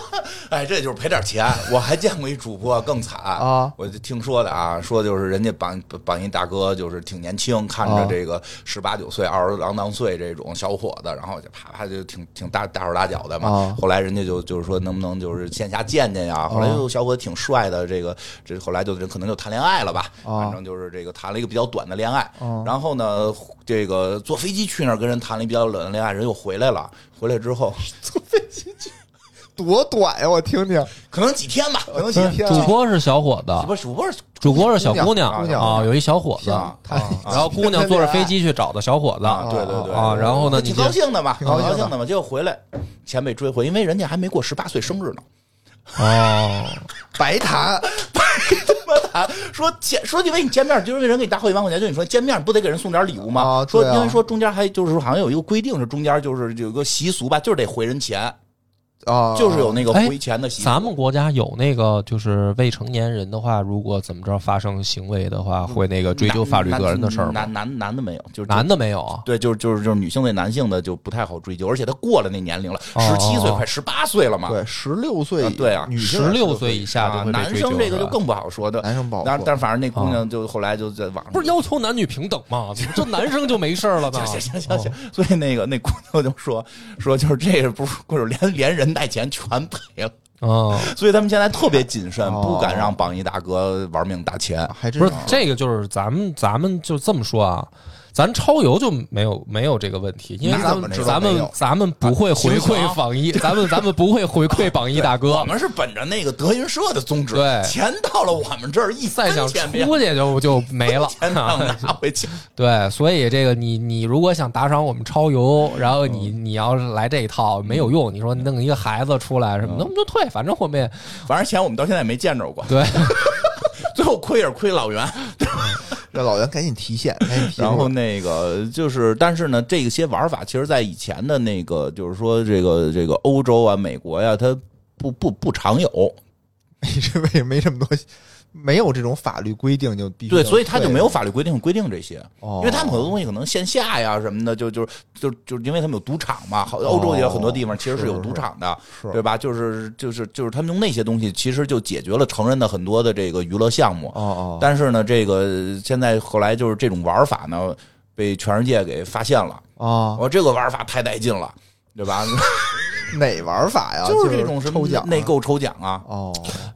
[SPEAKER 2] 哎，这就是赔点钱。我还见过一主播更惨。
[SPEAKER 3] 啊，
[SPEAKER 2] 我就听说的啊，说就是人家榜榜一大哥就是挺年轻，看着
[SPEAKER 3] 啊
[SPEAKER 2] 这个十八九岁、二十郎当岁这种小伙子，然后就啪啪就挺挺大大手大脚的嘛。
[SPEAKER 3] 啊
[SPEAKER 2] 后来人家就就是说能不能就是线下见见呀？后来就小伙子挺帅的，这个这后来就人可能就谈恋爱了吧，
[SPEAKER 3] 啊
[SPEAKER 2] 反正就是这个谈了一个比较短的恋爱。
[SPEAKER 3] 啊
[SPEAKER 2] 然后呢，这个坐飞机去那儿跟人谈了一比较短的恋爱，人又回来了。回来之后，
[SPEAKER 3] 多短呀、我听听，
[SPEAKER 2] 可能几天吧，可能几
[SPEAKER 3] 天
[SPEAKER 2] 天。
[SPEAKER 3] 啊
[SPEAKER 1] 呃主播是小伙子，
[SPEAKER 2] 不是主播是
[SPEAKER 1] 主播是小姑
[SPEAKER 3] 姑
[SPEAKER 1] 娘
[SPEAKER 3] 娘
[SPEAKER 1] 啊，有一小伙子，
[SPEAKER 3] 天
[SPEAKER 1] 啊
[SPEAKER 3] 啊太
[SPEAKER 1] 然后姑娘坐着 飞机去找的小伙
[SPEAKER 2] 啊，
[SPEAKER 1] 子，
[SPEAKER 2] 对对对
[SPEAKER 1] 啊然后呢
[SPEAKER 2] 挺
[SPEAKER 1] 你就
[SPEAKER 2] 高兴的嘛，挺
[SPEAKER 3] 高
[SPEAKER 2] 高
[SPEAKER 3] 兴的
[SPEAKER 2] 兴的嘛，结果回来钱被追回，因为人家还没过十八岁生日呢。
[SPEAKER 1] 哦，
[SPEAKER 3] 白谈
[SPEAKER 2] 说见说因为你见面，就是人给你搭好几万块钱，就你说见面不得给人送点礼物吗？
[SPEAKER 3] 啊
[SPEAKER 2] 说
[SPEAKER 3] 对啊
[SPEAKER 2] 因为说中间还就是好像有一个规定是中间就是有个习俗吧，就是得回人钱，
[SPEAKER 3] 啊，
[SPEAKER 2] 就是有那个
[SPEAKER 1] 哎
[SPEAKER 2] 回钱的习俗。
[SPEAKER 1] 咱们国家有那个就是未成年人的话，如果怎么着发生行为的话，会那个追究法律责任的事儿吗？
[SPEAKER 2] 男男男的没有，就是
[SPEAKER 1] 嗯男的没有啊，
[SPEAKER 2] 对，就是就是就是女性对男性的就不太好追究，而且他过了那年龄了，
[SPEAKER 1] 哦
[SPEAKER 2] 十七岁快十八岁了嘛。
[SPEAKER 3] 对十六岁
[SPEAKER 2] 啊
[SPEAKER 3] 以
[SPEAKER 2] 对啊
[SPEAKER 3] 女性
[SPEAKER 1] 十
[SPEAKER 3] 也
[SPEAKER 1] 六
[SPEAKER 3] 16
[SPEAKER 1] 岁以
[SPEAKER 3] 以
[SPEAKER 1] 下就
[SPEAKER 2] 啊
[SPEAKER 1] 会被
[SPEAKER 2] 男
[SPEAKER 1] 追究
[SPEAKER 2] 生这
[SPEAKER 1] 是
[SPEAKER 2] 个就
[SPEAKER 1] 吧啊
[SPEAKER 2] 更不好说的。
[SPEAKER 3] 男生不好
[SPEAKER 2] 但
[SPEAKER 3] 说。
[SPEAKER 2] 但反正那姑娘就后来就在网上
[SPEAKER 1] 不是要求男女平等吗？怎么 这男生就没事儿了 呢？
[SPEAKER 2] 行行行行行，所以那个那姑娘就说说就是这个不是不是连连人带钱全赔了，
[SPEAKER 1] 哦，嗯。
[SPEAKER 2] 所以他们现在特别谨慎，
[SPEAKER 3] 哦
[SPEAKER 2] 不敢让榜一大哥玩命打钱。
[SPEAKER 3] 还真
[SPEAKER 1] 不
[SPEAKER 3] 啊
[SPEAKER 1] 是这个，就是咱们咱们就这么说啊，咱超邮就没有没有这个问题，因为
[SPEAKER 2] 那
[SPEAKER 1] 咱
[SPEAKER 2] 怎么
[SPEAKER 1] 们
[SPEAKER 2] 知道
[SPEAKER 1] 咱
[SPEAKER 2] 没
[SPEAKER 1] 们
[SPEAKER 2] 有
[SPEAKER 1] 咱们不会回
[SPEAKER 2] 行
[SPEAKER 1] 馈
[SPEAKER 2] 啊
[SPEAKER 1] 榜一，咱们咱们不会回馈榜一大
[SPEAKER 2] 我
[SPEAKER 1] 哥，
[SPEAKER 2] 们是本着那个德云社的宗旨，
[SPEAKER 1] 对
[SPEAKER 2] 钱到了我们这儿一
[SPEAKER 1] 再想
[SPEAKER 2] 分钱别
[SPEAKER 1] 出去就就没 了。
[SPEAKER 2] 钱让我拿回去。
[SPEAKER 1] 对，所以这个你你如果想打赏我们超邮，然后你
[SPEAKER 2] 嗯
[SPEAKER 1] 你要是来这一套没有用，你说弄一个孩子出来什么
[SPEAKER 2] 嗯
[SPEAKER 1] 的，那我们就退，反正我们也
[SPEAKER 2] 反正钱我们到现在也没见着过，
[SPEAKER 1] 对。
[SPEAKER 2] 最后亏也是亏老袁。
[SPEAKER 3] 让老袁赶紧提现，赶紧提出来。
[SPEAKER 2] 然后那个就是，但是呢，这些玩法其实，在以前的那个，就是说这个这个欧洲啊、美国呀、它不不不常有，
[SPEAKER 3] 没这为没这么多，没有这种法律规定就必须
[SPEAKER 2] 对，
[SPEAKER 3] 能
[SPEAKER 2] 所以它就
[SPEAKER 3] 退
[SPEAKER 2] 没有，法律规定规定这些，
[SPEAKER 3] 哦
[SPEAKER 2] 因为他们很多东西可能线下呀什么的，就就就就因为他们有赌场嘛，好欧洲也有很多地方其实是有赌场的，
[SPEAKER 3] 是
[SPEAKER 2] 对吧？就是就是就是他们用那些东西，其实就解决了成人的很多的这个娱乐项目。
[SPEAKER 3] 哦哦，
[SPEAKER 2] 但是呢，这个现在后来就是这种玩法呢，被全世界给发现了。
[SPEAKER 3] 哦
[SPEAKER 2] 我这个玩法太带劲了，对吧？
[SPEAKER 3] 哪玩法 呀？
[SPEAKER 2] 就是这种什么
[SPEAKER 3] 抽奖啊
[SPEAKER 2] 内购抽奖啊，
[SPEAKER 3] 哦，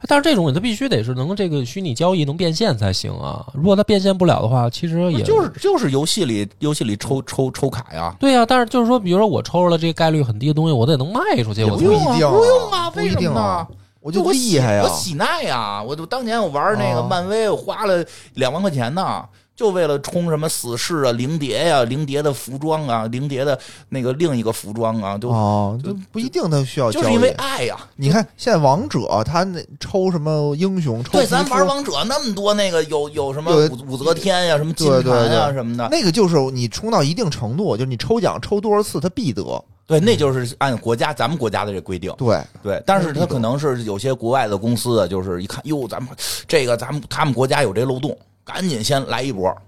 [SPEAKER 1] 但是这种它必须得是能这个虚拟交易能变现才行啊。如果它变现不了的话，其实也
[SPEAKER 2] 就是就是游戏里游戏里抽抽抽卡呀，
[SPEAKER 1] 对呀、啊但是就是说，比如说我抽着了这概率很低的东西，我得能卖出去，
[SPEAKER 3] 也
[SPEAKER 1] 我
[SPEAKER 3] 不
[SPEAKER 1] 才
[SPEAKER 2] 用啊，
[SPEAKER 3] 一定啊
[SPEAKER 2] 不用啊，
[SPEAKER 3] 不
[SPEAKER 2] 为
[SPEAKER 3] 一
[SPEAKER 2] 什
[SPEAKER 3] 定
[SPEAKER 2] 么
[SPEAKER 3] 啊
[SPEAKER 2] 呢？
[SPEAKER 3] 我
[SPEAKER 2] 就
[SPEAKER 3] 就
[SPEAKER 2] 我
[SPEAKER 3] 厉害呀
[SPEAKER 2] 我！喜奈呀、我就当年我玩那个
[SPEAKER 3] 啊
[SPEAKER 2] 漫威，我花了两万块钱呢，就为了充什么死侍啊、灵蝶呀、灵蝶的服装啊、灵蝶的那个另一个服装啊，就、
[SPEAKER 3] 哦，就不一定他需要交
[SPEAKER 2] 就
[SPEAKER 3] 易。
[SPEAKER 2] 是因为爱呀、
[SPEAKER 3] 你看现在王者他那抽什么英雄，抽
[SPEAKER 2] 对，
[SPEAKER 3] 皮
[SPEAKER 2] 咱
[SPEAKER 3] 肤
[SPEAKER 2] 玩王者那么多那个有有什么
[SPEAKER 3] 对
[SPEAKER 2] 武武则天呀、什么金
[SPEAKER 3] 对对
[SPEAKER 2] 蝉呀、
[SPEAKER 3] 对
[SPEAKER 2] 什么的，
[SPEAKER 3] 那个就是你充到一定程度，就是你抽奖抽多少次他必得。
[SPEAKER 2] 对，那就是按国家咱们国家的这规定。
[SPEAKER 3] 对，
[SPEAKER 2] 对，但是他
[SPEAKER 3] 那不
[SPEAKER 2] 可能是有些国外的公司啊，就是一看，哟，咱们这个咱们他们国家有这漏洞，赶紧先来一波。
[SPEAKER 3] 哦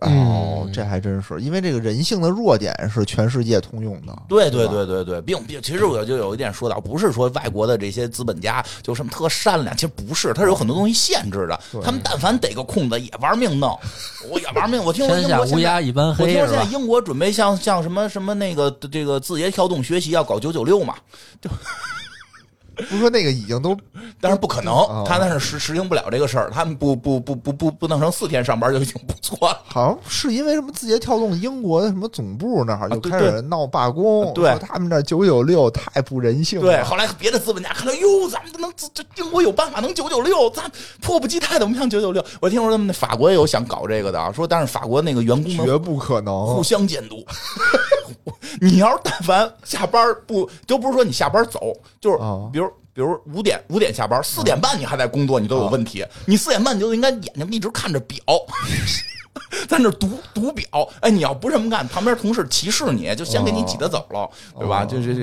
[SPEAKER 1] 嗯，
[SPEAKER 3] 这还真是，因为这个人性的弱点是全世界通用的。
[SPEAKER 2] 对对
[SPEAKER 3] 吧
[SPEAKER 2] 对对对，并并其实我就有一点说到，不是说外国的这些资本家就什么特善良，其实不是，他是有很多东西限制的
[SPEAKER 3] 对。
[SPEAKER 2] 他们但凡逮个空子也玩命弄，我也玩命。我听说
[SPEAKER 1] 天
[SPEAKER 2] 英
[SPEAKER 1] 下
[SPEAKER 2] 国
[SPEAKER 1] 乌
[SPEAKER 2] 现在，
[SPEAKER 1] 鸦一般
[SPEAKER 2] 我
[SPEAKER 1] 黑
[SPEAKER 2] 听说
[SPEAKER 1] 是
[SPEAKER 2] 现在
[SPEAKER 1] 吧？
[SPEAKER 2] 英国准备像像什么什么那个这个字节跳动学习要搞九九六嘛，
[SPEAKER 3] 不是说那个已经都
[SPEAKER 2] 但是不可能
[SPEAKER 3] 哦，
[SPEAKER 2] 他那是实实行不了这个事儿，他们不不不不不不弄成四天上班就已经不错 了。
[SPEAKER 3] 好像是因为什么字节跳动英国的什么总部那儿就
[SPEAKER 2] 对
[SPEAKER 3] 开始闹罢工，
[SPEAKER 2] 对
[SPEAKER 3] 说他们这九九六太不人性了。
[SPEAKER 2] 对，后来别的资本家看到，哟，咱们能这这英国有办法能九九六，咱迫不及待的我们想九九六。我听说他们那法国也有想搞这个的啊，说但是法国那个员工们
[SPEAKER 3] 绝不可能
[SPEAKER 2] 互。相监督。你要是但凡下班儿不，就不是说你下班儿走，就是
[SPEAKER 3] 哦
[SPEAKER 2] 比如。比如五点五点下班，四点半你还在工作，你都有问题。你四点半你就应该眼睛一直看着表，在那儿读读表。哎，你要不这么干，旁边同事歧视你，就先给你挤得走了，对吧？就这这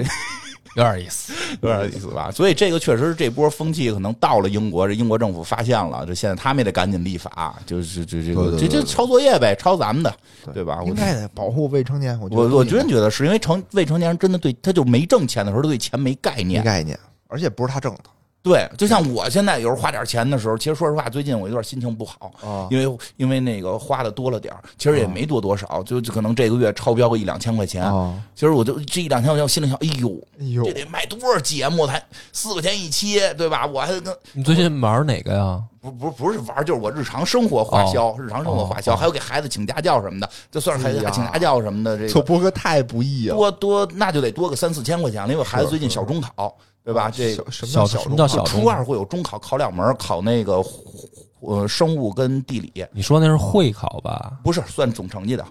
[SPEAKER 1] 有点意思。
[SPEAKER 2] 有点意思吧？所以这个确实是这波风气可能到了英国，这英国政府发现了，这现在他们也得赶紧立法，就是这这个
[SPEAKER 3] 对对
[SPEAKER 2] 这
[SPEAKER 3] 对
[SPEAKER 2] 这
[SPEAKER 3] 对
[SPEAKER 2] 抄作业呗，抄咱们的，对吧？
[SPEAKER 3] 应
[SPEAKER 2] 我
[SPEAKER 3] 啊该得保护未成年，我觉得
[SPEAKER 2] 我我真
[SPEAKER 3] 应
[SPEAKER 2] 觉得是因为成未成年人真的对他就没挣钱的时候，他对钱没概
[SPEAKER 3] 该没
[SPEAKER 2] 念。
[SPEAKER 3] 概念，而且不是他挣的
[SPEAKER 2] 对，就像我现在有时候花点钱的时候，其实说实话，最近我有点心情不好，
[SPEAKER 3] 啊。
[SPEAKER 2] 因为因为那个花的多了点儿，其实也
[SPEAKER 3] 啊
[SPEAKER 2] 没多多少，就就可能这个月超标个一两千块钱。
[SPEAKER 3] 啊，
[SPEAKER 2] 其实我就这一两千块钱，我心里想，哎呦，
[SPEAKER 3] 哎呦
[SPEAKER 2] 这，得卖多少节目才四块钱一期，对吧？我还跟
[SPEAKER 1] 你最近玩哪个呀？
[SPEAKER 2] 不不不是玩儿，就是我日常生活花销，日常生活花销，
[SPEAKER 1] 哦
[SPEAKER 2] 还有给孩子请家教什么的，这算是孩
[SPEAKER 3] 哎
[SPEAKER 2] 子
[SPEAKER 3] 呀
[SPEAKER 2] 请家教什么的，这
[SPEAKER 3] 做
[SPEAKER 2] 个
[SPEAKER 3] 播客太不易了。
[SPEAKER 2] 多多那就得多个三四千块钱了，因为我孩子最近小中考，对吧？这
[SPEAKER 3] 啊小
[SPEAKER 2] 个
[SPEAKER 3] 什么叫
[SPEAKER 1] 小
[SPEAKER 3] 小
[SPEAKER 1] 什么叫
[SPEAKER 3] 众
[SPEAKER 1] 小中
[SPEAKER 2] 初二会有中考，考两门儿，考那个呃生物跟地理，
[SPEAKER 1] 你说那是会考吧？
[SPEAKER 2] 不是算总成绩的，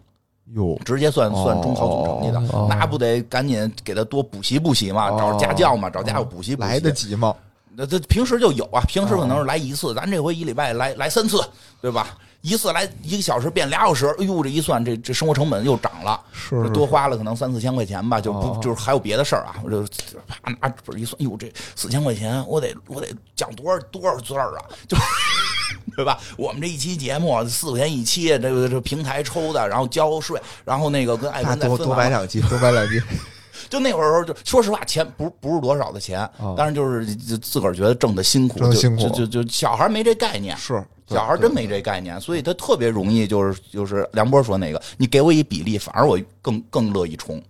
[SPEAKER 3] 哟？
[SPEAKER 2] 直接算
[SPEAKER 3] 哦
[SPEAKER 2] 算中考总成绩的，
[SPEAKER 1] 哦
[SPEAKER 2] 那不得赶紧给他多补习补习嘛，
[SPEAKER 3] 哦
[SPEAKER 2] 找家教嘛，找家教补习补习。
[SPEAKER 3] 来得及吗？
[SPEAKER 2] 那这平时就有啊，平时可
[SPEAKER 3] 哦
[SPEAKER 2] 能是来一次，咱这回一礼拜来来三次，对吧？一次来一个小时变俩小时，哎呦，这一算这这生活成本又涨了，
[SPEAKER 3] 是
[SPEAKER 2] 多花了可能三四千块钱吧，就
[SPEAKER 3] 哦
[SPEAKER 2] 不就是还有别的事儿啊，我就啪拿本儿一算，哎呦，这四千块钱我得我得讲多少多少字儿啊，就 对吧？我们这一期节目啊四块钱一期，这个这个平台抽的，然后交税，然后那个跟艾
[SPEAKER 3] 那
[SPEAKER 2] 文哎再
[SPEAKER 3] 多
[SPEAKER 2] 分啊
[SPEAKER 3] 多
[SPEAKER 2] 完
[SPEAKER 3] 买两集，多买两集。
[SPEAKER 2] 就那会儿就说实话，钱不不是多少的钱
[SPEAKER 3] 哦，
[SPEAKER 2] 但是就是就自个儿觉得挣的辛苦，
[SPEAKER 3] 挣得辛苦
[SPEAKER 2] 就就就就小孩没这概念，
[SPEAKER 3] 是对
[SPEAKER 2] 小孩真没这概念，所以他特别容易就是就是梁波说那个，你给我一比例，反而我更更乐意 冲，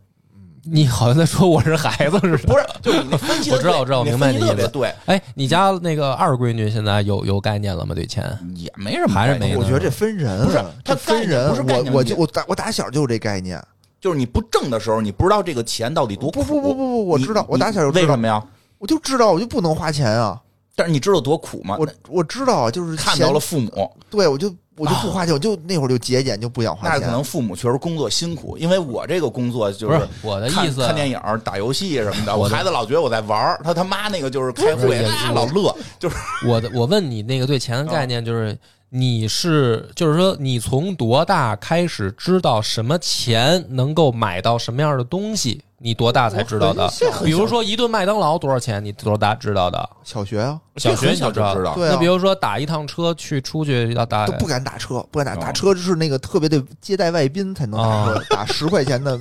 [SPEAKER 1] 你好像在说我是孩子似的。
[SPEAKER 2] 不是就是你分析
[SPEAKER 1] 我知道我知道我明白
[SPEAKER 2] 你
[SPEAKER 1] 你
[SPEAKER 2] 分析得
[SPEAKER 1] 意思
[SPEAKER 2] 特别
[SPEAKER 1] 哎，你家那个二闺女现在有有概念了吗？对钱？
[SPEAKER 2] 对，也没什么
[SPEAKER 1] 还是
[SPEAKER 2] 概念
[SPEAKER 1] 没
[SPEAKER 3] 我觉得这分人，啊
[SPEAKER 2] 不是
[SPEAKER 3] 这
[SPEAKER 2] 它
[SPEAKER 3] 分
[SPEAKER 2] 概念
[SPEAKER 3] 人，
[SPEAKER 2] 不是概
[SPEAKER 3] 我
[SPEAKER 2] 念
[SPEAKER 3] 我
[SPEAKER 2] 问题
[SPEAKER 3] 就我打我打小就有这概念。
[SPEAKER 2] 就是你不挣的时候，你不知道这个钱到底多
[SPEAKER 3] 不
[SPEAKER 2] 苦，
[SPEAKER 3] 不不不不我
[SPEAKER 2] 你
[SPEAKER 3] 知道我
[SPEAKER 2] 你
[SPEAKER 3] 打小就知道
[SPEAKER 2] 为什么呀？
[SPEAKER 3] 我就知道我就不能花钱啊，
[SPEAKER 2] 但是你知道多苦吗？
[SPEAKER 3] 我我知道就是
[SPEAKER 2] 啊看
[SPEAKER 3] 钱
[SPEAKER 2] 到了，父母，
[SPEAKER 3] 对我就我就不花钱，我就那会儿就节俭，就不想花
[SPEAKER 2] 那
[SPEAKER 3] 钱。
[SPEAKER 2] 可能父母确实工作辛苦，因为我这个工作就
[SPEAKER 1] 不是我的
[SPEAKER 2] 看
[SPEAKER 1] 意思
[SPEAKER 2] 看电影、打游戏什么的。我
[SPEAKER 1] 我的
[SPEAKER 2] 孩子老觉得我在玩儿，他他妈那个就是开
[SPEAKER 1] 不
[SPEAKER 2] 会
[SPEAKER 1] 是也，
[SPEAKER 2] 啊老乐，就是
[SPEAKER 1] 我的我问你那个对钱的概念，就是你是就是说你从多大开始知道什么钱能够买到什么样的东西？你多大才知道的
[SPEAKER 3] 我很小？
[SPEAKER 1] 比如说一顿麦当劳多少钱？你多大知道的？
[SPEAKER 3] 小学啊，
[SPEAKER 1] 小学
[SPEAKER 2] 很
[SPEAKER 1] 你
[SPEAKER 2] 小
[SPEAKER 1] 就
[SPEAKER 2] 就
[SPEAKER 1] 道
[SPEAKER 2] 知
[SPEAKER 1] 了。
[SPEAKER 2] 道
[SPEAKER 3] 对啊
[SPEAKER 1] 那比如说打一趟车去出去要打
[SPEAKER 3] 都不敢打车，不敢打打
[SPEAKER 2] 哎哦
[SPEAKER 3] 车，就是那个特别得接待外宾才能打车，打十块 钱的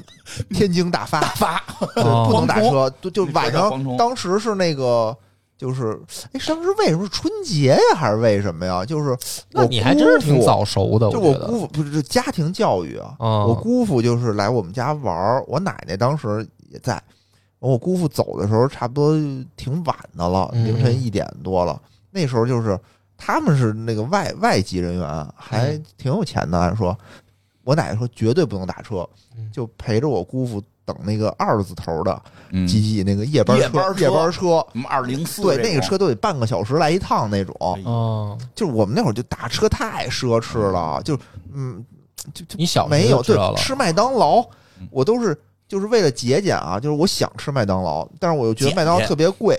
[SPEAKER 3] 天津大发，
[SPEAKER 2] 发
[SPEAKER 3] 对，
[SPEAKER 1] 哦
[SPEAKER 3] 不能打
[SPEAKER 2] 蝗
[SPEAKER 3] 车，就就
[SPEAKER 2] 你说
[SPEAKER 3] 晚
[SPEAKER 2] 叫蝗
[SPEAKER 3] 上
[SPEAKER 2] 虫
[SPEAKER 3] 当时是那个。就是，哎，当时为什么是春节呀，还是为什么呀？就是
[SPEAKER 1] 那
[SPEAKER 3] 我
[SPEAKER 1] 你还真是
[SPEAKER 3] 姑
[SPEAKER 1] 挺
[SPEAKER 3] 父
[SPEAKER 1] 早熟的，
[SPEAKER 3] 就
[SPEAKER 1] 我
[SPEAKER 3] 我
[SPEAKER 1] 觉得
[SPEAKER 3] 姑父不是这家庭教育啊，
[SPEAKER 1] 嗯
[SPEAKER 3] 我姑父就是来我们家玩儿，我奶奶当时也在，我姑父走的时候差不多挺晚的了，
[SPEAKER 1] 嗯
[SPEAKER 3] 凌晨一点多了。那时候就是他们是那个外外籍人员，还
[SPEAKER 1] 嗯
[SPEAKER 3] 挺有钱的。按说，我奶奶说绝对不能打车
[SPEAKER 1] 嗯，
[SPEAKER 3] 就陪着我姑父等那个二字头的
[SPEAKER 2] 嗯
[SPEAKER 3] 几几那个夜班
[SPEAKER 2] 夜班车
[SPEAKER 3] 夜班车。
[SPEAKER 2] 什么二零四哎
[SPEAKER 3] 对，那个车都得半个小时来一趟那种。
[SPEAKER 1] 哦，
[SPEAKER 3] 就是我们那会儿就打车太奢侈了，就是嗯，就就
[SPEAKER 1] 你小时候
[SPEAKER 3] 没有
[SPEAKER 1] 就知
[SPEAKER 3] 对
[SPEAKER 1] 道了
[SPEAKER 3] 吃麦当劳
[SPEAKER 2] 嗯，
[SPEAKER 3] 我都是就是为了节俭啊，就是我想吃麦当劳，但是我又觉得
[SPEAKER 2] 节
[SPEAKER 3] 麦当劳
[SPEAKER 2] 俭啊
[SPEAKER 3] 特别贵，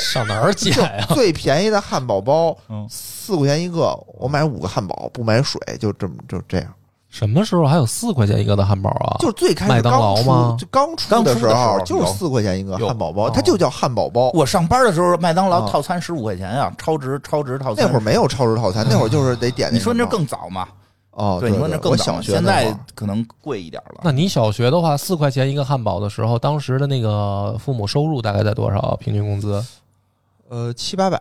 [SPEAKER 1] 上哪儿啊捡呀？
[SPEAKER 3] 最便宜的汉堡包
[SPEAKER 2] 嗯
[SPEAKER 3] 四块钱一个，我买五个汉堡不买水，就这么就这样。
[SPEAKER 1] 什么时候还有四块钱一个的汉堡啊？
[SPEAKER 3] 就是最开
[SPEAKER 1] 麦
[SPEAKER 3] 始
[SPEAKER 1] 当劳
[SPEAKER 3] 刚
[SPEAKER 1] 吗
[SPEAKER 3] 出就刚出
[SPEAKER 2] 刚
[SPEAKER 3] 的
[SPEAKER 2] 出
[SPEAKER 3] 时
[SPEAKER 2] 的时候
[SPEAKER 3] 候就是
[SPEAKER 2] 有
[SPEAKER 3] 四块钱一个
[SPEAKER 2] 有
[SPEAKER 3] 汉堡包，
[SPEAKER 1] 哦
[SPEAKER 3] 它就叫汉堡包。
[SPEAKER 2] 我上班的时候，麦当劳
[SPEAKER 3] 啊
[SPEAKER 2] 套餐十五块钱呀、超值超值套餐。
[SPEAKER 3] 那会儿没有超市套餐，那会儿就是得点个嘛。
[SPEAKER 2] 哦你说那更早嘛？
[SPEAKER 3] 哦，
[SPEAKER 2] 对，你说那
[SPEAKER 3] 我
[SPEAKER 2] 更早
[SPEAKER 3] 小
[SPEAKER 2] 嘛。
[SPEAKER 3] 学
[SPEAKER 2] 现
[SPEAKER 3] 那会
[SPEAKER 2] 在
[SPEAKER 3] 儿
[SPEAKER 2] 可能贵一点了。
[SPEAKER 1] 那你小学的话，四块钱一个汉堡的时候，当时的那个父母收入大概在多少？平均工资？
[SPEAKER 3] 呃七八百，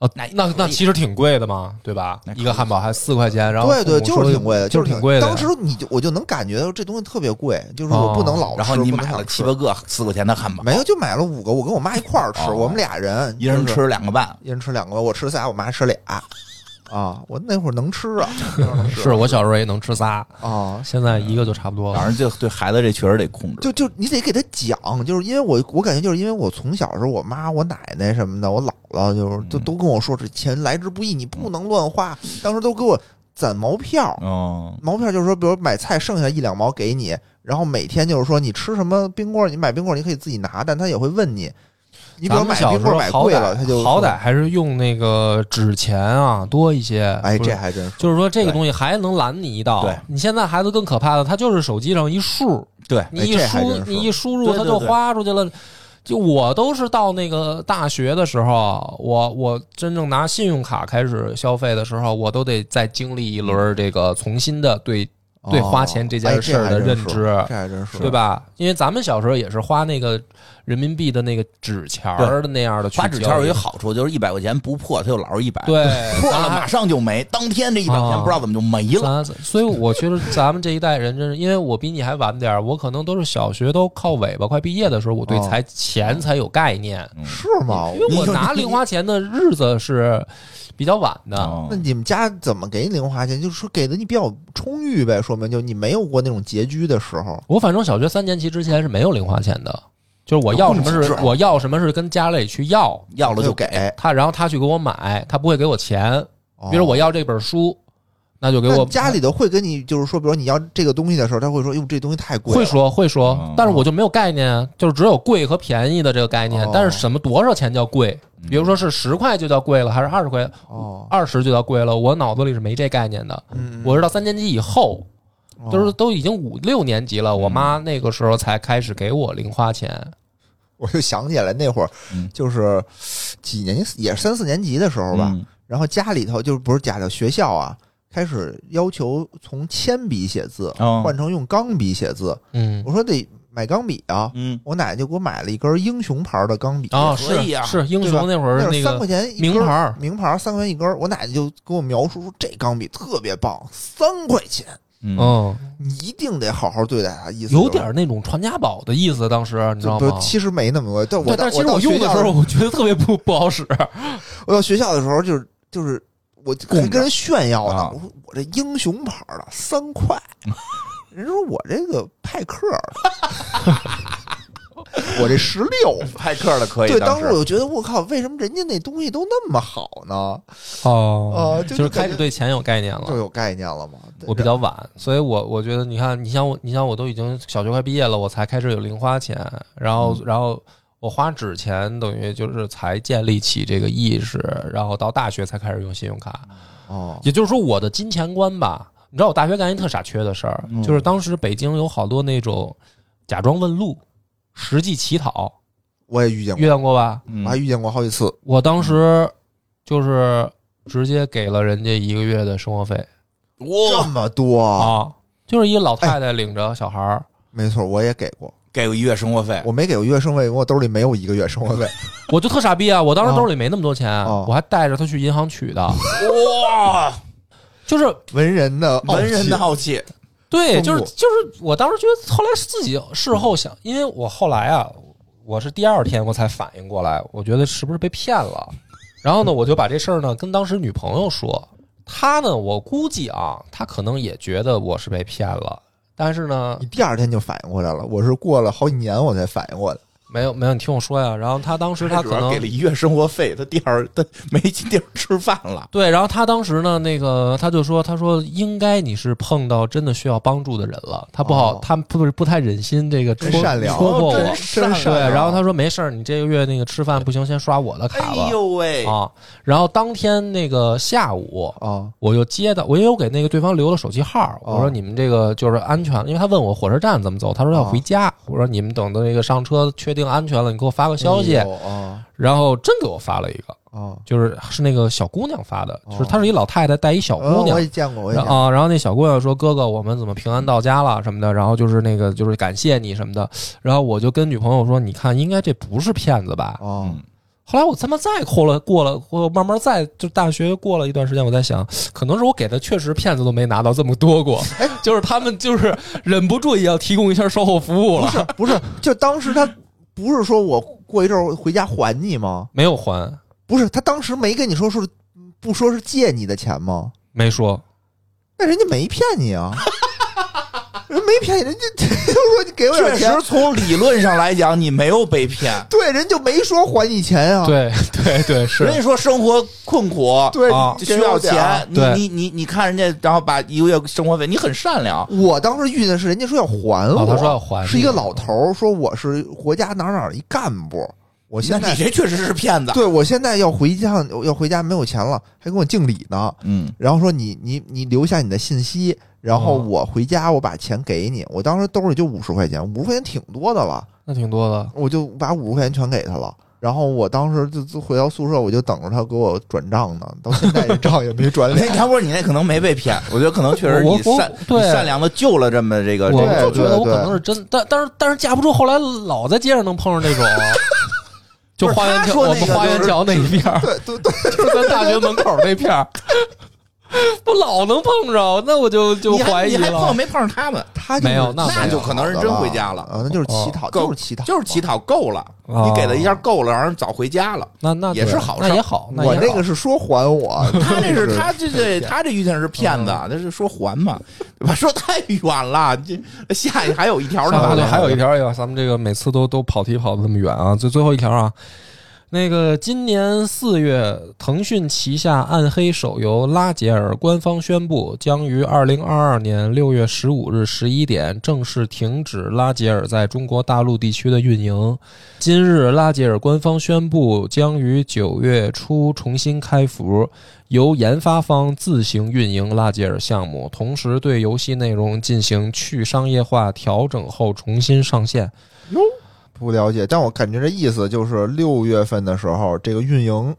[SPEAKER 1] 哦，
[SPEAKER 2] 那也
[SPEAKER 1] 那
[SPEAKER 2] 可以
[SPEAKER 1] 那其实挺贵的嘛，对吧
[SPEAKER 2] 那？可以
[SPEAKER 1] 一个汉堡还四块钱，然后
[SPEAKER 3] 对对，
[SPEAKER 1] 父母收
[SPEAKER 3] 就是挺贵的，
[SPEAKER 1] 就是是挺贵的呀。
[SPEAKER 3] 当时你就我就能感觉到这东西特别贵，就是我不能老吃，
[SPEAKER 2] 哦然后你
[SPEAKER 3] 不能
[SPEAKER 2] 买了
[SPEAKER 3] 老吃
[SPEAKER 2] 七八个四块钱的汉堡，
[SPEAKER 3] 没有就买了五个，我跟我妈一块儿吃，
[SPEAKER 2] 哦
[SPEAKER 3] 我们俩人
[SPEAKER 2] 一人
[SPEAKER 3] 就是
[SPEAKER 2] 吃两个半。
[SPEAKER 3] 一人吃两个，我吃仨，我妈吃俩。啊，我那会儿能吃 啊，那会儿能吃
[SPEAKER 1] 是我小时候也能吃仨，
[SPEAKER 3] 啊，
[SPEAKER 1] 现在一个就差不多
[SPEAKER 2] 反
[SPEAKER 1] 了。
[SPEAKER 2] 正就对孩子这确实得控制。
[SPEAKER 3] 就就你得给他讲，就是因为我我感觉就是因为我从小时候我妈我奶奶什么的，我姥姥就是都
[SPEAKER 2] 嗯
[SPEAKER 3] 都跟我说这钱来之不易，你不能乱花，当时都给我攒毛票，
[SPEAKER 2] 嗯，
[SPEAKER 3] 毛片就是说，比如买菜剩下一两毛给你，然后每天就是说你吃什么冰棍儿，你买冰棍儿你可以自己拿，但他也会问你，你比
[SPEAKER 1] 咱
[SPEAKER 3] 如
[SPEAKER 1] 们
[SPEAKER 3] 买
[SPEAKER 1] 小
[SPEAKER 3] 冰
[SPEAKER 1] 时
[SPEAKER 3] 棍
[SPEAKER 1] 候
[SPEAKER 3] 儿买
[SPEAKER 1] 好
[SPEAKER 3] 贵了，他就
[SPEAKER 1] 歹
[SPEAKER 3] 说
[SPEAKER 1] 好歹还是用那个纸钱啊多一些。
[SPEAKER 3] 哎，
[SPEAKER 1] 不是
[SPEAKER 3] 这还真是
[SPEAKER 1] 就是说这个东西还能拦你一道。
[SPEAKER 2] 对
[SPEAKER 1] 你现在孩子更可怕的，他就是手机上一数，
[SPEAKER 2] 对，
[SPEAKER 1] 你一
[SPEAKER 3] 这还
[SPEAKER 1] 输
[SPEAKER 3] 真是
[SPEAKER 1] 你一输入
[SPEAKER 2] 对对
[SPEAKER 1] 他就
[SPEAKER 2] 对
[SPEAKER 1] 花出去了。就我都是到那个大学的时候，啊我我真正拿信用卡开始消费的时候，我都得再经历一轮儿这个重新的对对
[SPEAKER 3] 哦
[SPEAKER 1] 花钱这件事儿的认知
[SPEAKER 3] 哎这还真是
[SPEAKER 1] 对？吧？因为咱们小时候也是花那个人民币的那个纸钱儿的那样的去
[SPEAKER 2] 花纸条有一个
[SPEAKER 1] 交易
[SPEAKER 2] 好处，就是一百块钱不破，它就老是一百。，
[SPEAKER 1] 对
[SPEAKER 2] 破了马上就没，当天这一百块钱
[SPEAKER 1] 啊
[SPEAKER 2] 不知道怎么就没了。
[SPEAKER 1] 咱所以我觉得咱们这一代人真是，因为我比你还晚点儿，我可能都是小学都靠尾巴快毕业的时候，我对
[SPEAKER 3] 哦
[SPEAKER 1] 财钱才有概念，
[SPEAKER 3] 是吗？
[SPEAKER 1] 嗯因为我
[SPEAKER 2] 你说
[SPEAKER 1] 拿
[SPEAKER 2] 你
[SPEAKER 1] 零花钱的日子是比较晚的。
[SPEAKER 2] 哦
[SPEAKER 3] 那你们家怎么给你零花钱？就是说给的你比较充裕呗，说明就你没有过那种拮据的时候。
[SPEAKER 1] 我反正小学三年级之前是没有零花钱的，就是我要什么是
[SPEAKER 2] 有
[SPEAKER 3] 啊
[SPEAKER 1] 我要什么是跟家里去要，
[SPEAKER 2] 要了就
[SPEAKER 3] 给，
[SPEAKER 1] 他然后他去给我买，他不会给我钱。
[SPEAKER 3] 哦
[SPEAKER 1] 比如我要这本书，那就给
[SPEAKER 3] 那
[SPEAKER 1] 我
[SPEAKER 3] 家里的会跟你就是说，比如你要这个东西的时候，他会说：“哟，这东西太贵了。”啊哦
[SPEAKER 1] 会说会说
[SPEAKER 2] 嗯，
[SPEAKER 1] 但是我就没有概念啊，就是只有贵和便宜的这个概念
[SPEAKER 3] 哦。
[SPEAKER 1] 但是什么多少钱叫贵？
[SPEAKER 2] 嗯
[SPEAKER 1] 比如说是十块就叫贵了，还是二十块、
[SPEAKER 3] 哦，
[SPEAKER 1] 二十就叫贵了？我脑子里是没这概念的。
[SPEAKER 3] 嗯，
[SPEAKER 1] 我是到三年级以后，
[SPEAKER 3] 哦
[SPEAKER 1] 就是都已经五六年级了，我妈那个时候才开始给我零花钱。
[SPEAKER 3] 我就想起来那会儿
[SPEAKER 2] 嗯，
[SPEAKER 3] 就是几年级也是三四年级的时候吧，
[SPEAKER 2] 嗯
[SPEAKER 3] 然后家里头就是不是家里头学校啊，开始要求从铅笔写字
[SPEAKER 2] 哦
[SPEAKER 3] 换成用钢笔写字。
[SPEAKER 1] 嗯，
[SPEAKER 3] 我说得买钢笔啊，
[SPEAKER 2] 嗯，
[SPEAKER 3] 我奶奶就给我买了一根英雄牌的钢笔，
[SPEAKER 1] 啊
[SPEAKER 2] 可
[SPEAKER 1] 是
[SPEAKER 2] 以啊
[SPEAKER 1] 是英
[SPEAKER 3] 对吧
[SPEAKER 1] 雄那会儿
[SPEAKER 3] 那
[SPEAKER 1] 那
[SPEAKER 3] 是三
[SPEAKER 1] 个
[SPEAKER 3] 块钱一根
[SPEAKER 1] 名牌儿
[SPEAKER 3] 名牌儿三块钱一根儿。我奶奶就跟我描述说这钢笔特别棒，三块钱。
[SPEAKER 2] 嗯，
[SPEAKER 1] 嗯，
[SPEAKER 3] 你一定得好好对待它，意思就是
[SPEAKER 1] 有点那种传家宝的意思，当时你知
[SPEAKER 3] 就
[SPEAKER 1] 道
[SPEAKER 3] 不是
[SPEAKER 1] 吗？
[SPEAKER 3] 其实没那么多，但我
[SPEAKER 1] 对，
[SPEAKER 3] 到
[SPEAKER 1] 但是其实
[SPEAKER 3] 到
[SPEAKER 1] 我用
[SPEAKER 3] 学
[SPEAKER 1] 的
[SPEAKER 3] 校
[SPEAKER 1] 时 候，我觉得特别不不好使。
[SPEAKER 3] 我到学校的时候就是就是我
[SPEAKER 2] 供
[SPEAKER 3] 还
[SPEAKER 2] 着
[SPEAKER 3] 跟人炫耀呢，
[SPEAKER 2] 啊
[SPEAKER 3] 我说我这英雄牌的三 块，人说我这个派克的， 我这十六。
[SPEAKER 2] 派克的可以。
[SPEAKER 3] 对，当时
[SPEAKER 2] 时
[SPEAKER 3] 我就觉得我靠，为什么人家那东西都那么好呢？
[SPEAKER 1] 哦
[SPEAKER 3] 呃就
[SPEAKER 1] 就是是开
[SPEAKER 3] 感觉
[SPEAKER 1] 始对钱有概念了
[SPEAKER 3] 就。有概念了嘛。
[SPEAKER 1] 我比较晚，所以我我觉得，你看，你像我，你像我都已经小学快毕业了，我才开始有零花钱，然后，然后我花纸钱，等于就是才建立起这个意识，然后到大学才开始用信用卡，
[SPEAKER 3] 哦，
[SPEAKER 1] 也就是说我的金钱观吧。你知道我大学干一特傻缺的事儿，
[SPEAKER 2] 嗯
[SPEAKER 1] 就是当时北京有好多那种假装问路，实际乞讨，
[SPEAKER 3] 我也遇见过，
[SPEAKER 1] 遇到过吧？
[SPEAKER 2] 嗯
[SPEAKER 3] 我还遇见过好几次。
[SPEAKER 1] 我当时就是直接给了人家一个月的生活费
[SPEAKER 3] 这
[SPEAKER 2] 哇，
[SPEAKER 3] 么多，
[SPEAKER 1] 啊，就是一个老太太领着小孩儿。
[SPEAKER 3] 没错，我也给过，
[SPEAKER 2] 给个一月生活费，
[SPEAKER 3] 我没给过月生活费，我兜里没有一个月生活费。
[SPEAKER 1] 我就特傻逼啊！啊我当时兜里没那么多钱，
[SPEAKER 3] 哦
[SPEAKER 1] 我还带着他去银行取的，
[SPEAKER 2] 哇，
[SPEAKER 1] 就是
[SPEAKER 3] 文人的傲气
[SPEAKER 2] 文人的傲气，
[SPEAKER 1] 对，
[SPEAKER 3] 丰
[SPEAKER 1] 就是
[SPEAKER 3] 富
[SPEAKER 1] 就是，我当时觉得，后来自己事后
[SPEAKER 2] 嗯
[SPEAKER 1] 想，因为我后来啊，我是第二天我才反应过来，我觉得是不是被骗了。然后呢，我就把这事儿呢跟当时女朋友说，她呢，我估计啊，她可能也觉得我是被骗了，但是呢
[SPEAKER 3] 你，第二天就反应过来了，我是过了好几年我才反应过来。
[SPEAKER 1] 没有没有，你听我说呀。然后她当时她
[SPEAKER 2] 他主
[SPEAKER 1] 可
[SPEAKER 2] 要
[SPEAKER 1] 能
[SPEAKER 2] 给了一月生活费，他第二他没地儿吃饭了。
[SPEAKER 1] 对，然后他当时呢，那个他就说，他说应该你是碰到真的需要帮助的人了，他不好，
[SPEAKER 3] 哦
[SPEAKER 1] 他不不太忍心这个戳
[SPEAKER 3] 真善良
[SPEAKER 1] 戳破
[SPEAKER 2] 哦
[SPEAKER 1] 我。
[SPEAKER 2] 真善良
[SPEAKER 1] 对，然后他说没事儿，你这个月那个吃饭不行，先刷我的卡吧
[SPEAKER 2] 哎。呦喂，
[SPEAKER 1] 啊，然后当天那个下午，
[SPEAKER 3] 啊
[SPEAKER 1] 我就接到，我因为我给那个对方留了手机号，
[SPEAKER 3] 哦
[SPEAKER 1] 我说你们这个就是安全，因为他问我火车站怎么走，他说要
[SPEAKER 3] 哦
[SPEAKER 1] 回家，我说你们等到那个上车确定安全了，你给我发个消息
[SPEAKER 3] 哎，呦啊
[SPEAKER 1] 然后真给我发了一个，
[SPEAKER 3] 啊！
[SPEAKER 1] 就是是那个小姑娘发的，
[SPEAKER 3] 哦
[SPEAKER 1] 就是她是一老太太带一小
[SPEAKER 3] 呃
[SPEAKER 1] 姑娘
[SPEAKER 3] 我也见过，我也
[SPEAKER 1] 然
[SPEAKER 3] 见
[SPEAKER 1] 后
[SPEAKER 3] 过。
[SPEAKER 1] 啊，然后那小姑娘说：“哥哥，我们怎么平安到家了什么的？”然后就是那个就是感谢你什么的。然后我就跟女朋友说：“你看，应该这不是骗子吧
[SPEAKER 3] 哦，
[SPEAKER 2] 嗯，？”
[SPEAKER 1] 后来我他妈再过了过了，我慢慢再就大学过了一段时间，我在想，可能是我给的确实骗子都没拿到这么多过，
[SPEAKER 3] 哎
[SPEAKER 1] 就是他们就是忍不住也要提供一下售后服务了，
[SPEAKER 3] 不是，就当时他不是说我过一阵儿回家还你吗？
[SPEAKER 1] 没有还，
[SPEAKER 3] 不是，他当时没跟你说是不说是借你的钱吗？
[SPEAKER 1] 没说。
[SPEAKER 3] 那人家没骗你 啊，人没骗你，人家 就说你给我
[SPEAKER 2] 确
[SPEAKER 3] 点钱
[SPEAKER 2] 实，从理论上来讲，你没有被骗。
[SPEAKER 3] 对，人就没说还你钱呀、啊。
[SPEAKER 1] 对对对，是
[SPEAKER 2] 人家说生活困苦，
[SPEAKER 3] 对
[SPEAKER 1] 啊
[SPEAKER 2] 需要钱，你
[SPEAKER 1] 对
[SPEAKER 2] 你你你看人家，然后把一个月生活费，你很善良，
[SPEAKER 3] 我当时遇见是人家说要还我，
[SPEAKER 1] 哦他说要还你
[SPEAKER 3] 是一个老头儿说我是国家哪儿哪儿一干部，我
[SPEAKER 2] 那
[SPEAKER 3] 现
[SPEAKER 2] 你
[SPEAKER 3] 在
[SPEAKER 2] 这确实是骗子。
[SPEAKER 3] 对我现在要回家要回家没有钱了，还跟我敬礼呢，
[SPEAKER 2] 嗯，
[SPEAKER 3] 然后说你你你留下你的信息，然后
[SPEAKER 1] 哦
[SPEAKER 3] 我回家我把钱给你，我当时兜里就五十块钱，五十块钱挺多的了，
[SPEAKER 1] 那挺多的。
[SPEAKER 3] 我就把五十块钱全给他了。然后我当时就就回到宿舍，我就等着他给我转账呢，到现 在这账哦也没转
[SPEAKER 2] 那
[SPEAKER 3] 了。
[SPEAKER 2] 他说你那可能没被骗，我觉得可能确实
[SPEAKER 1] 嗯我
[SPEAKER 2] 你
[SPEAKER 1] 我
[SPEAKER 2] 善你
[SPEAKER 1] 对
[SPEAKER 2] 善良的救了这么这呃个这
[SPEAKER 1] 我
[SPEAKER 2] 个
[SPEAKER 3] 对
[SPEAKER 1] 就觉得我
[SPEAKER 3] 对
[SPEAKER 1] 可能是真，但但是但是架不住后来老在街上能碰上 那种，就花园桥
[SPEAKER 2] 不是
[SPEAKER 1] 我们
[SPEAKER 2] 他说那个
[SPEAKER 1] 花
[SPEAKER 2] 就
[SPEAKER 1] 园
[SPEAKER 2] 是
[SPEAKER 1] 桥那一片儿，
[SPEAKER 3] 对对对，
[SPEAKER 1] 就是咱大学门口那片 儿，不老能碰着，那我就就
[SPEAKER 2] 你还
[SPEAKER 1] 怀疑
[SPEAKER 2] 你还碰
[SPEAKER 1] 了。
[SPEAKER 2] 没碰上他们？
[SPEAKER 3] 他就是
[SPEAKER 1] 没有那
[SPEAKER 2] 那就可能是真回家了
[SPEAKER 3] 啊，那就是乞讨，
[SPEAKER 2] 够
[SPEAKER 3] 就是乞讨，
[SPEAKER 2] 就是乞讨够了，
[SPEAKER 1] 哦
[SPEAKER 2] 你给了一下够了，让人早回家 了。
[SPEAKER 1] 那那
[SPEAKER 2] 也
[SPEAKER 1] 对
[SPEAKER 2] 是好事儿
[SPEAKER 1] 那也好，那
[SPEAKER 3] 我
[SPEAKER 1] 也
[SPEAKER 3] 那
[SPEAKER 1] 好
[SPEAKER 3] 个是说还我，
[SPEAKER 2] 他这是他这这
[SPEAKER 3] 骗
[SPEAKER 2] 他这遇见是骗嗯子，他是说还嘛，对吧？说太远了，这下去还有一条呢
[SPEAKER 1] 上
[SPEAKER 2] 吧
[SPEAKER 1] 回？头还有一条，哎呀，咱们这个每次都都跑题跑的这么远啊，最最后一条啊。那个今年四月，腾讯旗下暗黑手游《拉杰尔》官方宣布，将于二零二二年六月十五日十一点正式停止拉杰尔在中国大陆地区的运营。今日，拉杰尔官方宣布将于九月初重新开服，由研发方自行运营拉杰尔项目，同时对游戏内容进行去商业化调整后重新上线。
[SPEAKER 3] 不了解，但我感觉这意思就是六月份的时候，这个运营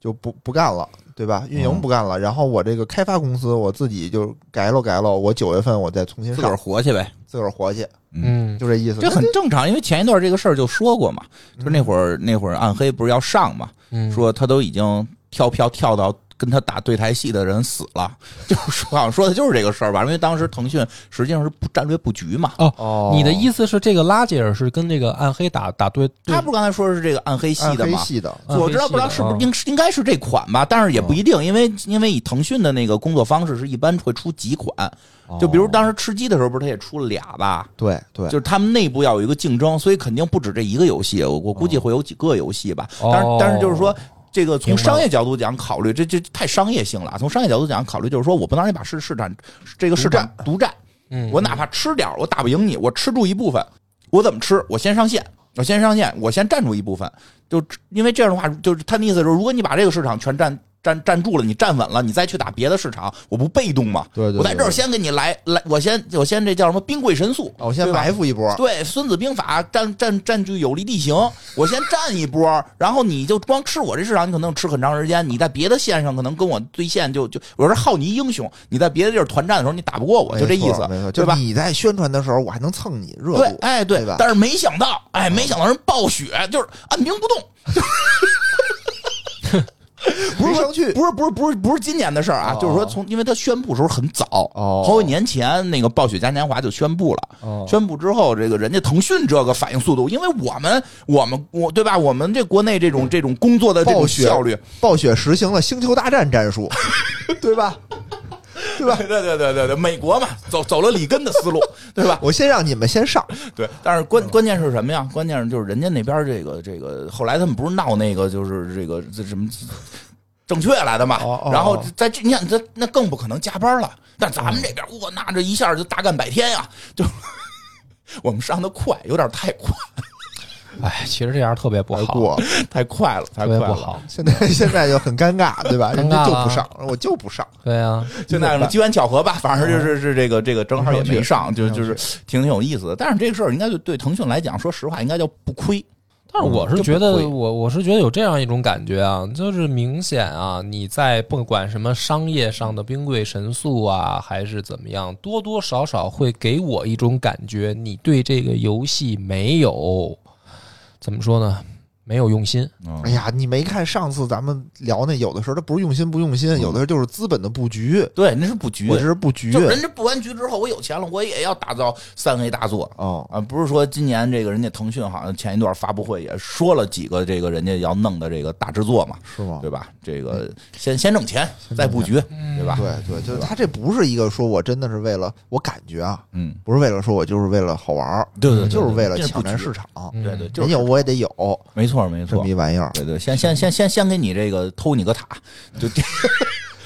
[SPEAKER 3] 就不不干了，对吧？运
[SPEAKER 2] 嗯
[SPEAKER 3] 营不干了，然后我这个开发公司我自己就改了改了，我九月份我再重新
[SPEAKER 2] 自个儿
[SPEAKER 3] 上，
[SPEAKER 2] 活去呗，
[SPEAKER 3] 自个儿活去，
[SPEAKER 1] 嗯，
[SPEAKER 3] 就这意思。
[SPEAKER 2] 这很正常。因为前一段这个事儿就说过嘛，就是那
[SPEAKER 3] 儿
[SPEAKER 2] 会儿那会儿暗黑不是要上嘛，
[SPEAKER 1] 嗯
[SPEAKER 2] 说他都已经跳票跳到跟他打对台戏的人死了，就是说好像说的就是这个事儿吧。因为当时腾讯实际上是不战略布局嘛，
[SPEAKER 3] 哦，
[SPEAKER 1] 你的意思是这个拉杰尔是跟这个暗黑打打对对
[SPEAKER 2] 他不是刚才说是这个暗黑系
[SPEAKER 3] 暗
[SPEAKER 2] 的
[SPEAKER 3] 黑
[SPEAKER 2] 嘛，
[SPEAKER 3] 系的
[SPEAKER 1] 暗黑系的嗯
[SPEAKER 2] 我知道不知道是不是应应该是这款吧，但是也不一定，因为因为以腾讯的那个工作方式是一般会出几款，
[SPEAKER 1] 哦
[SPEAKER 2] 就比如当时吃鸡的时候，不是他也出了俩吧？
[SPEAKER 3] 对对，
[SPEAKER 2] 就是他们内部要有一个竞争，所以肯定不止这一个游戏，我我估
[SPEAKER 3] 哦
[SPEAKER 2] 计会有几个游戏吧。
[SPEAKER 1] 哦
[SPEAKER 2] 但是但是就是说，这个从
[SPEAKER 1] 明白了
[SPEAKER 2] 商业角度讲考虑，这这这太商业性了。从商业角度讲考虑，就是说我不能让你把市市场这个市场独占，
[SPEAKER 1] 嗯
[SPEAKER 2] 我哪怕吃点儿，我打不赢你，我吃住一部分，我怎么吃？我先上线，我先上线，我先占住一部分。就因为这样的话，就是他的意思是，如果你把这个市场全占占占住了，你站稳了，你再去打别的市场，我不被动嘛？
[SPEAKER 3] 对对对
[SPEAKER 2] 我在这儿先给你来来，我先我先这叫什么兵贵神速，
[SPEAKER 3] 啊我先
[SPEAKER 2] 对吧
[SPEAKER 3] 埋伏一波，
[SPEAKER 2] 对《孙子兵法》占占占据有利地形，我先占一波，然后你就光吃我这市场，你可能吃很长时间。你在别的线上可能跟我对线就就，我是耗你英雄。你在别的地儿团战的时候，你打不过我，就这意思
[SPEAKER 3] 没错没错，，
[SPEAKER 2] 对
[SPEAKER 3] 就
[SPEAKER 2] 吧？
[SPEAKER 3] 你在宣传的时候，我还能蹭你热
[SPEAKER 2] 对
[SPEAKER 3] 度，，
[SPEAKER 2] 哎，对
[SPEAKER 3] 对吧
[SPEAKER 2] 但是没想到，哎，没想到人暴雪就是按兵不动，不是
[SPEAKER 3] 没上去
[SPEAKER 2] 不是不是不是不是今年的事儿啊，
[SPEAKER 3] 哦
[SPEAKER 2] 就是说从因为它宣布的时候很早，
[SPEAKER 3] 哦
[SPEAKER 2] 好几年前那个暴雪嘉年华就宣布了。
[SPEAKER 3] 哦
[SPEAKER 2] 宣布之后，这个人家腾讯这个反应速度，因为我们我们我对吧？我们这国内这种这种工作的这种
[SPEAKER 3] 暴雪
[SPEAKER 2] 效率，
[SPEAKER 3] 暴雪实行了星球大战战术，对吧？对吧？
[SPEAKER 2] 对对对对对对，美国嘛，走走了里根的思路，对吧？
[SPEAKER 3] 我先让你们先上，
[SPEAKER 2] 对，但是关关键是什么呀？关键是就是人家那边这个这个，后来他们不是闹那个就是这个这什么正确来的嘛？
[SPEAKER 3] 哦哦
[SPEAKER 2] 然后在这你看这那更不可能加班了。但咱们这边我那这一下就大干百天呀、就 我们上的快，有点太快，
[SPEAKER 1] 哎，其实这样特别不
[SPEAKER 3] 哎
[SPEAKER 1] 好，
[SPEAKER 3] 过
[SPEAKER 2] 太快了，太
[SPEAKER 1] 特别
[SPEAKER 2] 快
[SPEAKER 1] 不
[SPEAKER 2] 了。
[SPEAKER 1] 好。
[SPEAKER 3] 现在 现在就很 尴尬，对吧？
[SPEAKER 1] 尴尬
[SPEAKER 3] 人家就
[SPEAKER 1] 了
[SPEAKER 3] 不上，我就不
[SPEAKER 2] 嗯
[SPEAKER 3] 上，
[SPEAKER 1] 对嗯啊，
[SPEAKER 2] 现在什么机缘巧合吧，反正就是是这个这个正好也没上，
[SPEAKER 1] 嗯
[SPEAKER 2] 就就是挺挺有意思的。但是这个事儿应该就对腾讯来讲，说实话应该叫不亏。
[SPEAKER 1] 但是我是
[SPEAKER 2] 嗯就
[SPEAKER 1] 觉
[SPEAKER 2] 不
[SPEAKER 1] 得，
[SPEAKER 2] 会
[SPEAKER 1] 我我是觉得有这样一种感觉啊，就是明显啊，你在不管什么商业上的兵贵神速啊，还是怎么样，多多少少会给我一种感觉，你对这个游戏没有怎么说呢，没有用心。
[SPEAKER 3] 哎呀，你没看上次咱们聊那，有的时候他不是用心不用心，有的时候就是资本的布局，
[SPEAKER 2] 嗯对，那是布局，
[SPEAKER 3] 我这是布局
[SPEAKER 2] 就人家布完局之后，我有钱了，我也要打造三 A 大作
[SPEAKER 3] 哦。
[SPEAKER 2] 啊！不是说今年这个人家腾讯好像前一段发布会也说了几个这个人家要弄的这个大制作嘛，
[SPEAKER 3] 是吗？
[SPEAKER 2] 对吧？这个先先挣钱，再布局，对吧？
[SPEAKER 3] 对对，就是他这不是一个说我真的是为了我感觉啊，
[SPEAKER 2] 嗯，
[SPEAKER 3] 不是为了说我就是为了好玩儿，
[SPEAKER 2] 对对，
[SPEAKER 3] 就是为了
[SPEAKER 2] 这是
[SPEAKER 3] 抢
[SPEAKER 2] 布
[SPEAKER 3] 占
[SPEAKER 2] 局
[SPEAKER 3] 市，场，
[SPEAKER 2] 对对，就
[SPEAKER 3] 人
[SPEAKER 2] 是
[SPEAKER 3] 有我也得有
[SPEAKER 2] 没错没
[SPEAKER 3] 这
[SPEAKER 2] 错
[SPEAKER 3] 么。一玩意儿，
[SPEAKER 2] 对对，先先先先先给你这个偷你个塔，就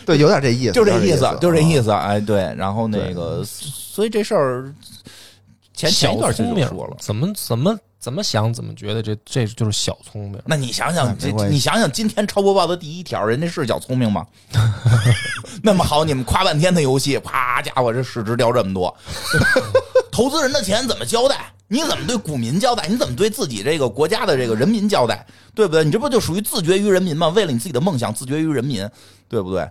[SPEAKER 3] 对，有点这意思，
[SPEAKER 2] 就这
[SPEAKER 3] 有点
[SPEAKER 2] 意
[SPEAKER 3] 思哦
[SPEAKER 2] 思，，就这意
[SPEAKER 3] 思。
[SPEAKER 2] 思。哎，对，然后那
[SPEAKER 3] 对
[SPEAKER 2] 个，所以这事儿前前
[SPEAKER 1] 小
[SPEAKER 2] 一段就
[SPEAKER 1] 聪明
[SPEAKER 2] 说了，
[SPEAKER 1] 怎么怎么怎么想怎么觉得这这就是小聪明。
[SPEAKER 2] 那你想
[SPEAKER 3] 那
[SPEAKER 2] 想，
[SPEAKER 3] 没
[SPEAKER 2] 这
[SPEAKER 3] 关系
[SPEAKER 2] 你想想，今天超播报的第一条，人家是小聪 明吗？那么好，你们夸半天的游戏，啪家伙这市值掉这么多， 投资人的钱怎么交代？你怎么对股民交代？你怎么对自己这个国家的这个人民交代？对不对？你这不就属于自绝于人民吗？为了你自己的梦想，自绝于人民，对不对？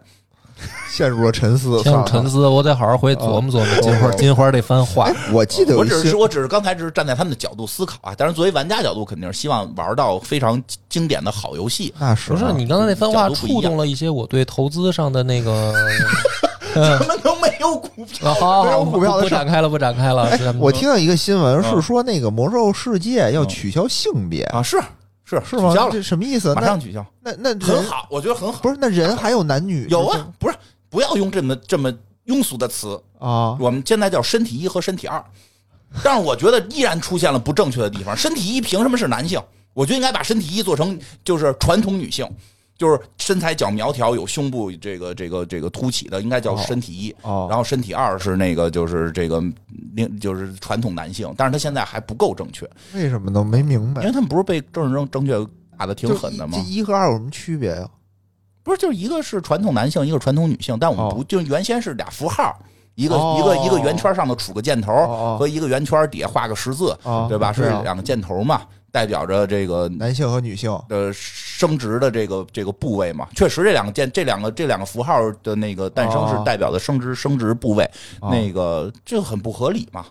[SPEAKER 3] 陷入了沉思，
[SPEAKER 1] 陷入
[SPEAKER 3] 算了
[SPEAKER 1] 沉。思，我得好好回去琢磨琢磨金花
[SPEAKER 3] 哦
[SPEAKER 1] 金花这番话
[SPEAKER 3] 哎。，我记得有
[SPEAKER 2] 我
[SPEAKER 3] 一
[SPEAKER 2] 只是
[SPEAKER 3] 新
[SPEAKER 2] 我只是刚才只是站在他们的角度思考啊，当然作为玩家角度，肯定是希望玩到非常经典的好游戏。
[SPEAKER 3] 那是
[SPEAKER 1] 不是
[SPEAKER 3] 啊
[SPEAKER 1] 你刚才那番话
[SPEAKER 2] 角度不一样
[SPEAKER 1] 触动了一些我对投资上的那个，嗯，
[SPEAKER 2] 他们都没有股票。
[SPEAKER 1] 啊好好
[SPEAKER 3] 没
[SPEAKER 1] 好，
[SPEAKER 3] 有
[SPEAKER 1] 不
[SPEAKER 3] 股票的
[SPEAKER 1] 不
[SPEAKER 3] 事儿哎
[SPEAKER 1] 展开了，不展开了。咱们
[SPEAKER 3] 我听到一个新闻
[SPEAKER 2] 嗯
[SPEAKER 3] 是说那个魔兽世界要取消性别，
[SPEAKER 2] 啊，是是
[SPEAKER 3] 是吗
[SPEAKER 2] 取消？了
[SPEAKER 3] 这，什么意思？
[SPEAKER 2] 马上取消，
[SPEAKER 3] 那那那
[SPEAKER 2] 很
[SPEAKER 3] 人
[SPEAKER 2] 好，我觉得很好。
[SPEAKER 3] 不是那人还有男女
[SPEAKER 2] 有啊，不是，不要用这么这么庸俗的词，
[SPEAKER 3] 啊
[SPEAKER 2] 我们现在叫身体一和身体二，但是我觉得依然出现了不正确的地方。身体一凭什么是男性？我觉得应该把身体一做成就是传统女性。就是身材较苗条，有胸部这个这个这个凸起的，应该叫身体一。
[SPEAKER 3] 哦
[SPEAKER 2] 然后身体二是那个就是这个另就是传统男性，但是他现在还不够正确，
[SPEAKER 3] 为什么呢？没明
[SPEAKER 2] 因
[SPEAKER 3] 白，
[SPEAKER 2] 为他们不是被政治正正确打的挺
[SPEAKER 3] 就
[SPEAKER 2] 狠的
[SPEAKER 3] 一
[SPEAKER 2] 吗？
[SPEAKER 3] 这一和二有什么区别呀？
[SPEAKER 2] 不是，就是一个是传统男性，一个是传统女性，但我们不、
[SPEAKER 3] 哦
[SPEAKER 2] 就原先是俩符号，一个、
[SPEAKER 3] 哦
[SPEAKER 2] 一个一个圆圈上头杵个箭头，
[SPEAKER 3] 哦
[SPEAKER 2] 和一个圆圈底下画个十字，
[SPEAKER 3] 哦
[SPEAKER 2] 对吧？
[SPEAKER 3] 是
[SPEAKER 2] 是
[SPEAKER 3] 啊
[SPEAKER 2] 两个箭头嘛，代表着这个
[SPEAKER 3] 男性和女性
[SPEAKER 2] 呃生殖的这个这个部位嘛。确实，这两个箭这两个这两个符号的那个诞生
[SPEAKER 3] 哦
[SPEAKER 2] 是代表的生殖生殖部位，
[SPEAKER 3] 哦
[SPEAKER 2] 那个这很不合理嘛。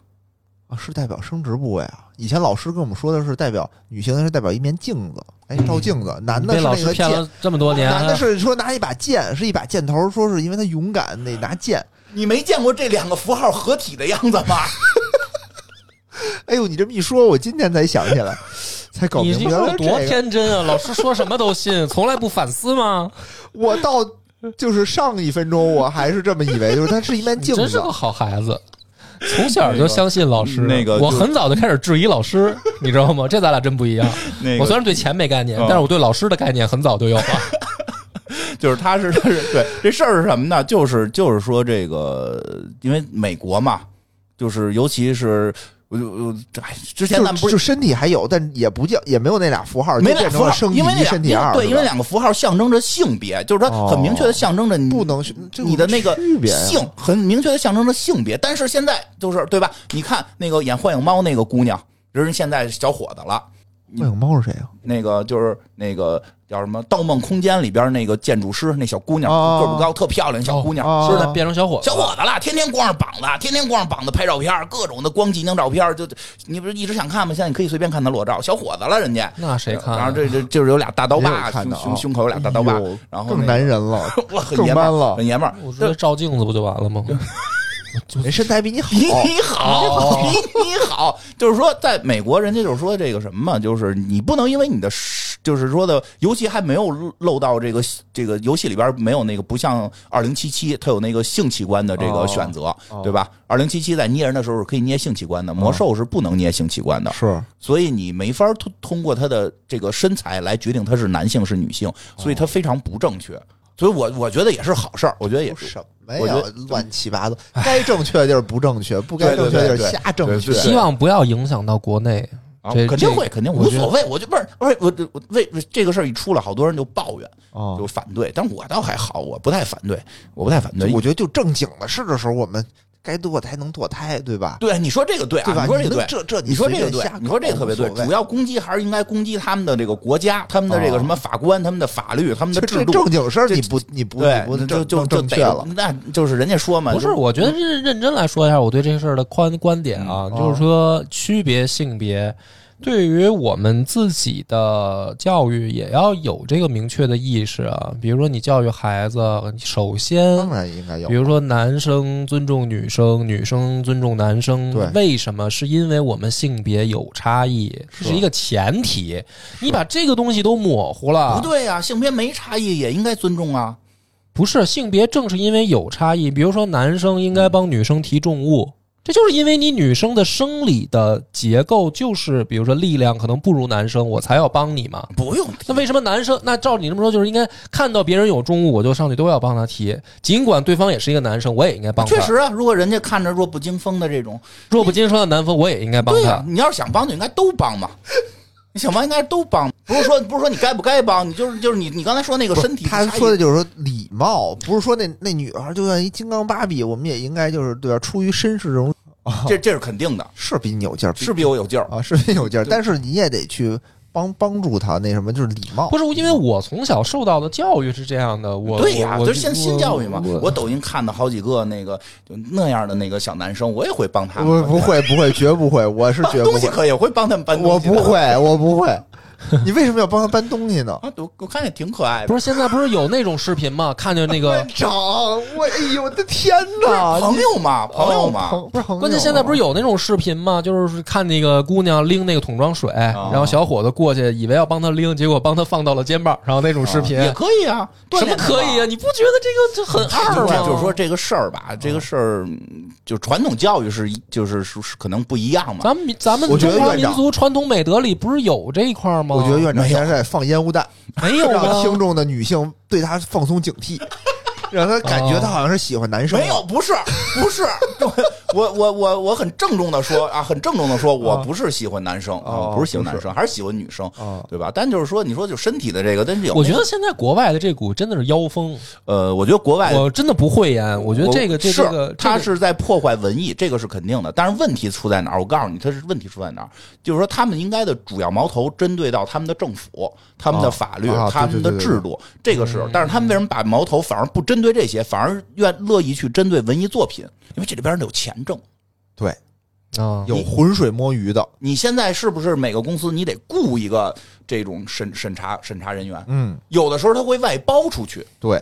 [SPEAKER 3] 啊是代表生殖部位啊。以前老师跟我们说的是代表女性是代表一面镜子，哎，
[SPEAKER 2] 嗯
[SPEAKER 3] 照镜子，男的
[SPEAKER 1] 被
[SPEAKER 3] 是
[SPEAKER 1] 老
[SPEAKER 3] 那
[SPEAKER 1] 师
[SPEAKER 3] 个
[SPEAKER 1] 骗
[SPEAKER 3] 剑，
[SPEAKER 1] 了这么多
[SPEAKER 2] 啊
[SPEAKER 1] 年，
[SPEAKER 3] 男的是说拿一把剑，是一把箭头，说是因为他勇敢得拿剑。
[SPEAKER 2] 你没见过这两个符号合体的样子 吗？
[SPEAKER 3] 哎呦，你这么一说，我今天才想起 来，才搞
[SPEAKER 1] 你这
[SPEAKER 3] 明白原来
[SPEAKER 1] 有
[SPEAKER 3] 是这
[SPEAKER 1] 多
[SPEAKER 3] 个。
[SPEAKER 1] 天真啊！老师说什么都信，从来不反思 吗？
[SPEAKER 3] 我到就是上一分钟我还是这么以为，就是它是一面
[SPEAKER 1] 你
[SPEAKER 3] 镜
[SPEAKER 1] 真是
[SPEAKER 3] 子
[SPEAKER 1] 个。好孩子，从小就相信老师。
[SPEAKER 2] 那个
[SPEAKER 1] 我
[SPEAKER 2] 就
[SPEAKER 1] 很早就开始质疑老师，你知道吗？这咱俩真不一样。
[SPEAKER 2] 那
[SPEAKER 1] 我虽然对钱没概念
[SPEAKER 2] 嗯，
[SPEAKER 1] 但是我对老师的概念很早就有了。
[SPEAKER 2] 就是他是 他是对这事儿是什么呢？就是就是说这个，因为美国嘛，就是尤其是我就我哎，之前
[SPEAKER 3] 就
[SPEAKER 2] 咱们不
[SPEAKER 3] 就是身体还有，但也不叫也没有那俩符号，
[SPEAKER 2] 没
[SPEAKER 3] 就
[SPEAKER 2] 俩
[SPEAKER 3] 变
[SPEAKER 2] 符
[SPEAKER 3] 成
[SPEAKER 2] 号
[SPEAKER 3] 了生，理
[SPEAKER 2] 因为
[SPEAKER 3] 一、
[SPEAKER 2] 俩
[SPEAKER 3] 身体
[SPEAKER 2] 因为
[SPEAKER 3] 二，
[SPEAKER 2] 对，
[SPEAKER 3] 是
[SPEAKER 2] 因为
[SPEAKER 3] 吧哦
[SPEAKER 2] 两个符号象征着性别，就是它很明确的象征着你
[SPEAKER 3] 不能是嗯这有
[SPEAKER 2] 你的那个
[SPEAKER 3] 区别啊
[SPEAKER 2] 性很明确的象征着性别，但是现在就是对吧？你看那个演《幻影猫》那个姑娘，人家现在小伙子了，
[SPEAKER 3] 幻影猫是谁啊？
[SPEAKER 2] 那个就是那个叫什么《盗梦空间》里边那个建筑师，那小姑娘
[SPEAKER 3] 哦
[SPEAKER 2] 个儿不高，特漂亮，小姑娘。
[SPEAKER 3] 啊
[SPEAKER 1] 是他变成小伙子
[SPEAKER 2] 哦小
[SPEAKER 1] 了，
[SPEAKER 2] 伙子了，天天光着膀子，天天光着膀子拍照片，各种的光机灵照片，就你不是一直想看吗？现在你可以随便看他裸照，小伙子了，人家。
[SPEAKER 1] 那谁看啊？
[SPEAKER 2] 然后这这就是有俩大刀
[SPEAKER 3] 也
[SPEAKER 2] 疤，
[SPEAKER 3] 有看
[SPEAKER 2] 胸
[SPEAKER 3] 的啊
[SPEAKER 2] 胸胸口有俩大刀疤
[SPEAKER 3] 哎呦，
[SPEAKER 2] 然后
[SPEAKER 3] 更
[SPEAKER 2] 那个
[SPEAKER 3] 男人 了，
[SPEAKER 2] 哇，很
[SPEAKER 3] 更
[SPEAKER 2] 爷们
[SPEAKER 3] man
[SPEAKER 2] 儿，
[SPEAKER 3] 了
[SPEAKER 2] 很，爷们儿。
[SPEAKER 1] 我觉得照镜子不就完了吗？
[SPEAKER 3] 人身材比 你好
[SPEAKER 2] 你你好，你你好，哦就是说，在美国，人家就是说这个什么嘛，就是你不能因为你的是，就是说的，尤其还没有漏到这个这个游戏里边没有那个不像二零七七，它有那个性器官的这个选择，
[SPEAKER 3] 哦
[SPEAKER 2] 对吧？二零七七在捏人的时候是可以捏性器官的，魔兽是不能捏性器官的，
[SPEAKER 3] 是
[SPEAKER 2] 所以你没法通通过他的这个身材来决定他是男性是女性，所以他非常不正确。所以我我觉得也是好事儿，我觉得也
[SPEAKER 3] 有
[SPEAKER 2] 是
[SPEAKER 3] 什么
[SPEAKER 2] 我觉
[SPEAKER 3] 呀
[SPEAKER 2] 得？
[SPEAKER 3] 乱七八糟，该正确的地儿不正确，不该正确的地儿瞎正确
[SPEAKER 2] 对对对对对对。
[SPEAKER 1] 希望不要影响到国内。
[SPEAKER 2] 啊，
[SPEAKER 1] 这
[SPEAKER 2] 肯定会，肯定
[SPEAKER 1] 我
[SPEAKER 2] 无
[SPEAKER 1] 觉得
[SPEAKER 2] 所谓。我就不是，不是我我我为这个事儿一出来，好多人就抱怨，
[SPEAKER 3] 哦
[SPEAKER 2] 就反对。但我倒还好，我不太反对，我不太反对
[SPEAKER 3] 我。觉得就正经的事的时候，我们该堕胎能堕胎，对吧？
[SPEAKER 2] 对你说这个对啊，
[SPEAKER 3] 对吧？
[SPEAKER 2] 你说这
[SPEAKER 3] 你
[SPEAKER 2] 个
[SPEAKER 3] 能
[SPEAKER 2] 对，
[SPEAKER 3] 这这
[SPEAKER 2] 你说这个
[SPEAKER 3] 随便
[SPEAKER 2] 对
[SPEAKER 3] 瞎，搞
[SPEAKER 2] 你说这个特别对
[SPEAKER 3] 无。所谓
[SPEAKER 2] 主要攻击还是应该攻击他们的这个国家、他们的这个
[SPEAKER 3] 哦
[SPEAKER 2] 什么法官、他们的法律、他们的
[SPEAKER 3] 这
[SPEAKER 2] 制
[SPEAKER 3] 这
[SPEAKER 2] 度。
[SPEAKER 3] 正经事儿，
[SPEAKER 2] 这
[SPEAKER 3] 你不你不
[SPEAKER 2] 对
[SPEAKER 3] 你，不
[SPEAKER 2] 就
[SPEAKER 3] 正
[SPEAKER 2] 就
[SPEAKER 3] 正
[SPEAKER 2] 就
[SPEAKER 3] 正
[SPEAKER 2] 得
[SPEAKER 3] 确了，
[SPEAKER 2] 那就是人家说嘛，
[SPEAKER 1] 不是，
[SPEAKER 2] 就
[SPEAKER 1] 我觉得认认真来说一下我对这事儿的观观点啊，
[SPEAKER 3] 嗯
[SPEAKER 1] 就是说区别性别，对于我们自己的教育也要有这个明确的意识啊。比如说你教育孩子，首先
[SPEAKER 2] 嗯
[SPEAKER 3] 当。然应该有啊
[SPEAKER 1] 比。如说，男生尊重女生，女生尊重男生
[SPEAKER 3] 对，
[SPEAKER 1] 为什么？是因为我们性别有差异，
[SPEAKER 3] 是
[SPEAKER 1] 这是一个前提。你把这个东西都模糊了，
[SPEAKER 3] 啊
[SPEAKER 2] 不对呀、性别没差异也应该尊重啊。
[SPEAKER 1] 不是性别，正是因为有差异。比如说，男生应该帮女生提重物，这就是因为你女生的生理的结构就是，比如说力量可能不如男生，我才要帮你嘛。
[SPEAKER 2] 不用
[SPEAKER 1] 那为什么男生？那照你这么说，就是应该看到别人有重物，我就上去都要帮他提，尽管对方也是一个男生，我也应该帮他。
[SPEAKER 2] 确实，啊，如果人家看着弱不禁风的这种，
[SPEAKER 1] 弱不禁风的男方，我也应该帮
[SPEAKER 2] 对呀、
[SPEAKER 1] 他。
[SPEAKER 2] 你要是想帮就应该都帮嘛。你想帮应该都帮，不是说不是说你该不该帮，你就是就是你你刚才说那个
[SPEAKER 3] 不是
[SPEAKER 2] 身体
[SPEAKER 3] 他
[SPEAKER 2] 差异
[SPEAKER 3] 说的就是说礼貌，不是说那那女孩就像一金刚芭比，我们也应该就是对吧？出于绅士这种，
[SPEAKER 2] 这这是肯定的，
[SPEAKER 3] 是比你有劲儿，
[SPEAKER 2] 是比我有劲儿。
[SPEAKER 3] 啊，是比你有劲儿，
[SPEAKER 2] 对
[SPEAKER 3] 但是你也得去帮帮助他，那什么就是礼貌。
[SPEAKER 1] 不是因为我从小受到的教育是这样的，我
[SPEAKER 2] 对呀、
[SPEAKER 1] 我
[SPEAKER 2] 就是现新教育嘛。
[SPEAKER 1] 我
[SPEAKER 2] 我抖音看到好几个那个就那样的那个小男生，我也会帮他
[SPEAKER 3] 我
[SPEAKER 2] 们
[SPEAKER 3] 不会，不会，绝不会，我是
[SPEAKER 2] 搬
[SPEAKER 3] 绝不
[SPEAKER 2] 东西，
[SPEAKER 3] 会，
[SPEAKER 2] 可以我会帮他们搬
[SPEAKER 3] 我
[SPEAKER 2] 东西
[SPEAKER 3] 不
[SPEAKER 2] 的。
[SPEAKER 3] 会，我不会。 你为什么要帮他搬东西呢？
[SPEAKER 2] 啊，我我看也挺可爱的
[SPEAKER 1] 不。是现在不是有那种视频吗？看见那个
[SPEAKER 3] 班长，我哎呦我的天哪！
[SPEAKER 2] 朋友嘛，朋友嘛，
[SPEAKER 3] 啊哦朋不是朋友，
[SPEAKER 1] 关键现在不是有那种视频吗？就是看那个姑娘拎那个桶装水，
[SPEAKER 3] 啊
[SPEAKER 1] 然后小伙子过去以为要帮她拎，结果帮她放到了肩膀上那种视频，
[SPEAKER 2] 也可以啊，
[SPEAKER 1] 什么可以
[SPEAKER 2] 啊
[SPEAKER 1] 啊？？你不觉得这个就很二啊
[SPEAKER 2] 就是
[SPEAKER 1] 吗？
[SPEAKER 2] 就是说，这个事儿吧，这个事儿嗯就传统教育是一就是是是可能不一样嘛。
[SPEAKER 1] 咱们咱们
[SPEAKER 3] 我觉得
[SPEAKER 1] 中华
[SPEAKER 3] 院
[SPEAKER 1] 民
[SPEAKER 3] 长
[SPEAKER 1] 族传统美德里不是有这一块吗？
[SPEAKER 3] 我觉得院长现在是在放烟雾弹，
[SPEAKER 1] 没有啊
[SPEAKER 3] 让听
[SPEAKER 1] 吗？
[SPEAKER 3] 众的女性对他放松警 惕，让他感觉他好像是喜欢男
[SPEAKER 1] 哦
[SPEAKER 3] 生。
[SPEAKER 2] 没有，，不是，不是， 我我我我很郑重的说啊，很郑重的说，我不是喜欢男生，
[SPEAKER 3] 哦
[SPEAKER 2] 啊不是喜欢男生，还是喜欢女生
[SPEAKER 3] 哦，
[SPEAKER 2] 对吧？但就是说，你说就身体的这个，但是有
[SPEAKER 1] 我觉得现在国外的这股真的是妖风，
[SPEAKER 2] 呃，我觉得
[SPEAKER 3] 哎
[SPEAKER 2] 国外
[SPEAKER 1] 我真的不会言。我觉得这个这
[SPEAKER 2] 是
[SPEAKER 1] 这个
[SPEAKER 2] 他
[SPEAKER 1] 这个
[SPEAKER 2] 是在破坏文艺，这个是肯定的。但是问题出在哪儿？我告诉你，他是问题出在哪儿？就是说，他们应该的主要矛头针对到他们的政府、他们的法律、
[SPEAKER 3] 啊啊
[SPEAKER 2] 他们的
[SPEAKER 3] 对对对
[SPEAKER 2] 制度，这个是。但是他们为什么把矛头反而不针对这些，反而愿乐意去针对文艺作品？因为这里边有钱挣。
[SPEAKER 3] 对，
[SPEAKER 1] 啊，
[SPEAKER 3] 有浑水摸鱼的，
[SPEAKER 2] 你现在是不是每个公司你得雇一个这种审审查审查人员？
[SPEAKER 3] 嗯，
[SPEAKER 2] 有的时候他会外包出去，
[SPEAKER 3] 对，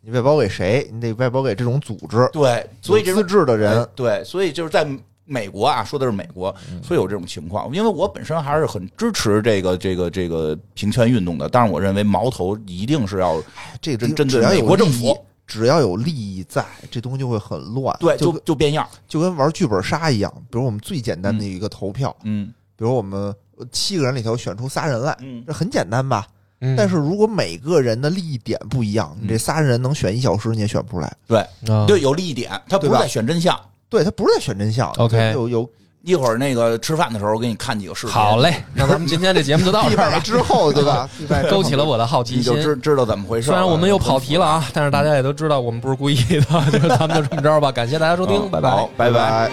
[SPEAKER 3] 你外包给谁？你得外包给这种组织，
[SPEAKER 2] 对，所以这
[SPEAKER 3] 有
[SPEAKER 2] 种
[SPEAKER 3] 自治的人
[SPEAKER 2] 哎，对，所以就是在美国啊，说的是美国，
[SPEAKER 1] 嗯
[SPEAKER 2] 所以有这种情况。因为我本身还是很支持这个这个这个平权运动的，但是我认为矛头一定是要
[SPEAKER 3] 这
[SPEAKER 2] 针
[SPEAKER 3] 这
[SPEAKER 2] 针对
[SPEAKER 3] 只要有
[SPEAKER 2] 美国政
[SPEAKER 3] 利益
[SPEAKER 2] 府，
[SPEAKER 3] 只要有利益在，这东西就会很乱。
[SPEAKER 2] 对
[SPEAKER 3] 就
[SPEAKER 2] 就
[SPEAKER 3] 跟
[SPEAKER 2] 就变样，
[SPEAKER 3] 就跟玩剧本杀一样，比如我们最简单的一个投票，
[SPEAKER 2] 嗯
[SPEAKER 3] 比如我们呃七个人里头选出仨人来，
[SPEAKER 2] 嗯
[SPEAKER 3] 这很简单吧？
[SPEAKER 1] 嗯
[SPEAKER 3] 但是如果每个人的利益点不一样，你这仨人能选一小时，你也选不出来。
[SPEAKER 2] 对
[SPEAKER 1] 啊
[SPEAKER 2] 对，有利益点，他不是
[SPEAKER 3] 对吧
[SPEAKER 2] 在选真相。
[SPEAKER 3] 对他不是在选真相
[SPEAKER 1] OK
[SPEAKER 3] 有有
[SPEAKER 2] 一会儿那个吃饭的时候，我给你看几个视频，
[SPEAKER 1] 好，嘞，那咱们今天这节目就 到
[SPEAKER 3] 必
[SPEAKER 1] 这儿
[SPEAKER 3] 败
[SPEAKER 1] 吧，
[SPEAKER 3] 之后，对吧？必败之后
[SPEAKER 1] 勾起了我的好奇
[SPEAKER 2] 你就
[SPEAKER 1] 心。
[SPEAKER 2] 知知道怎么回事
[SPEAKER 1] 虽
[SPEAKER 2] 了。
[SPEAKER 1] 然我们又跑题了啊 啊，但是大家也都知道我们不是故意的，就是咱们就这么着吧。感谢大家收
[SPEAKER 2] 嗯，
[SPEAKER 1] 听，拜拜
[SPEAKER 2] 好。拜
[SPEAKER 3] 拜。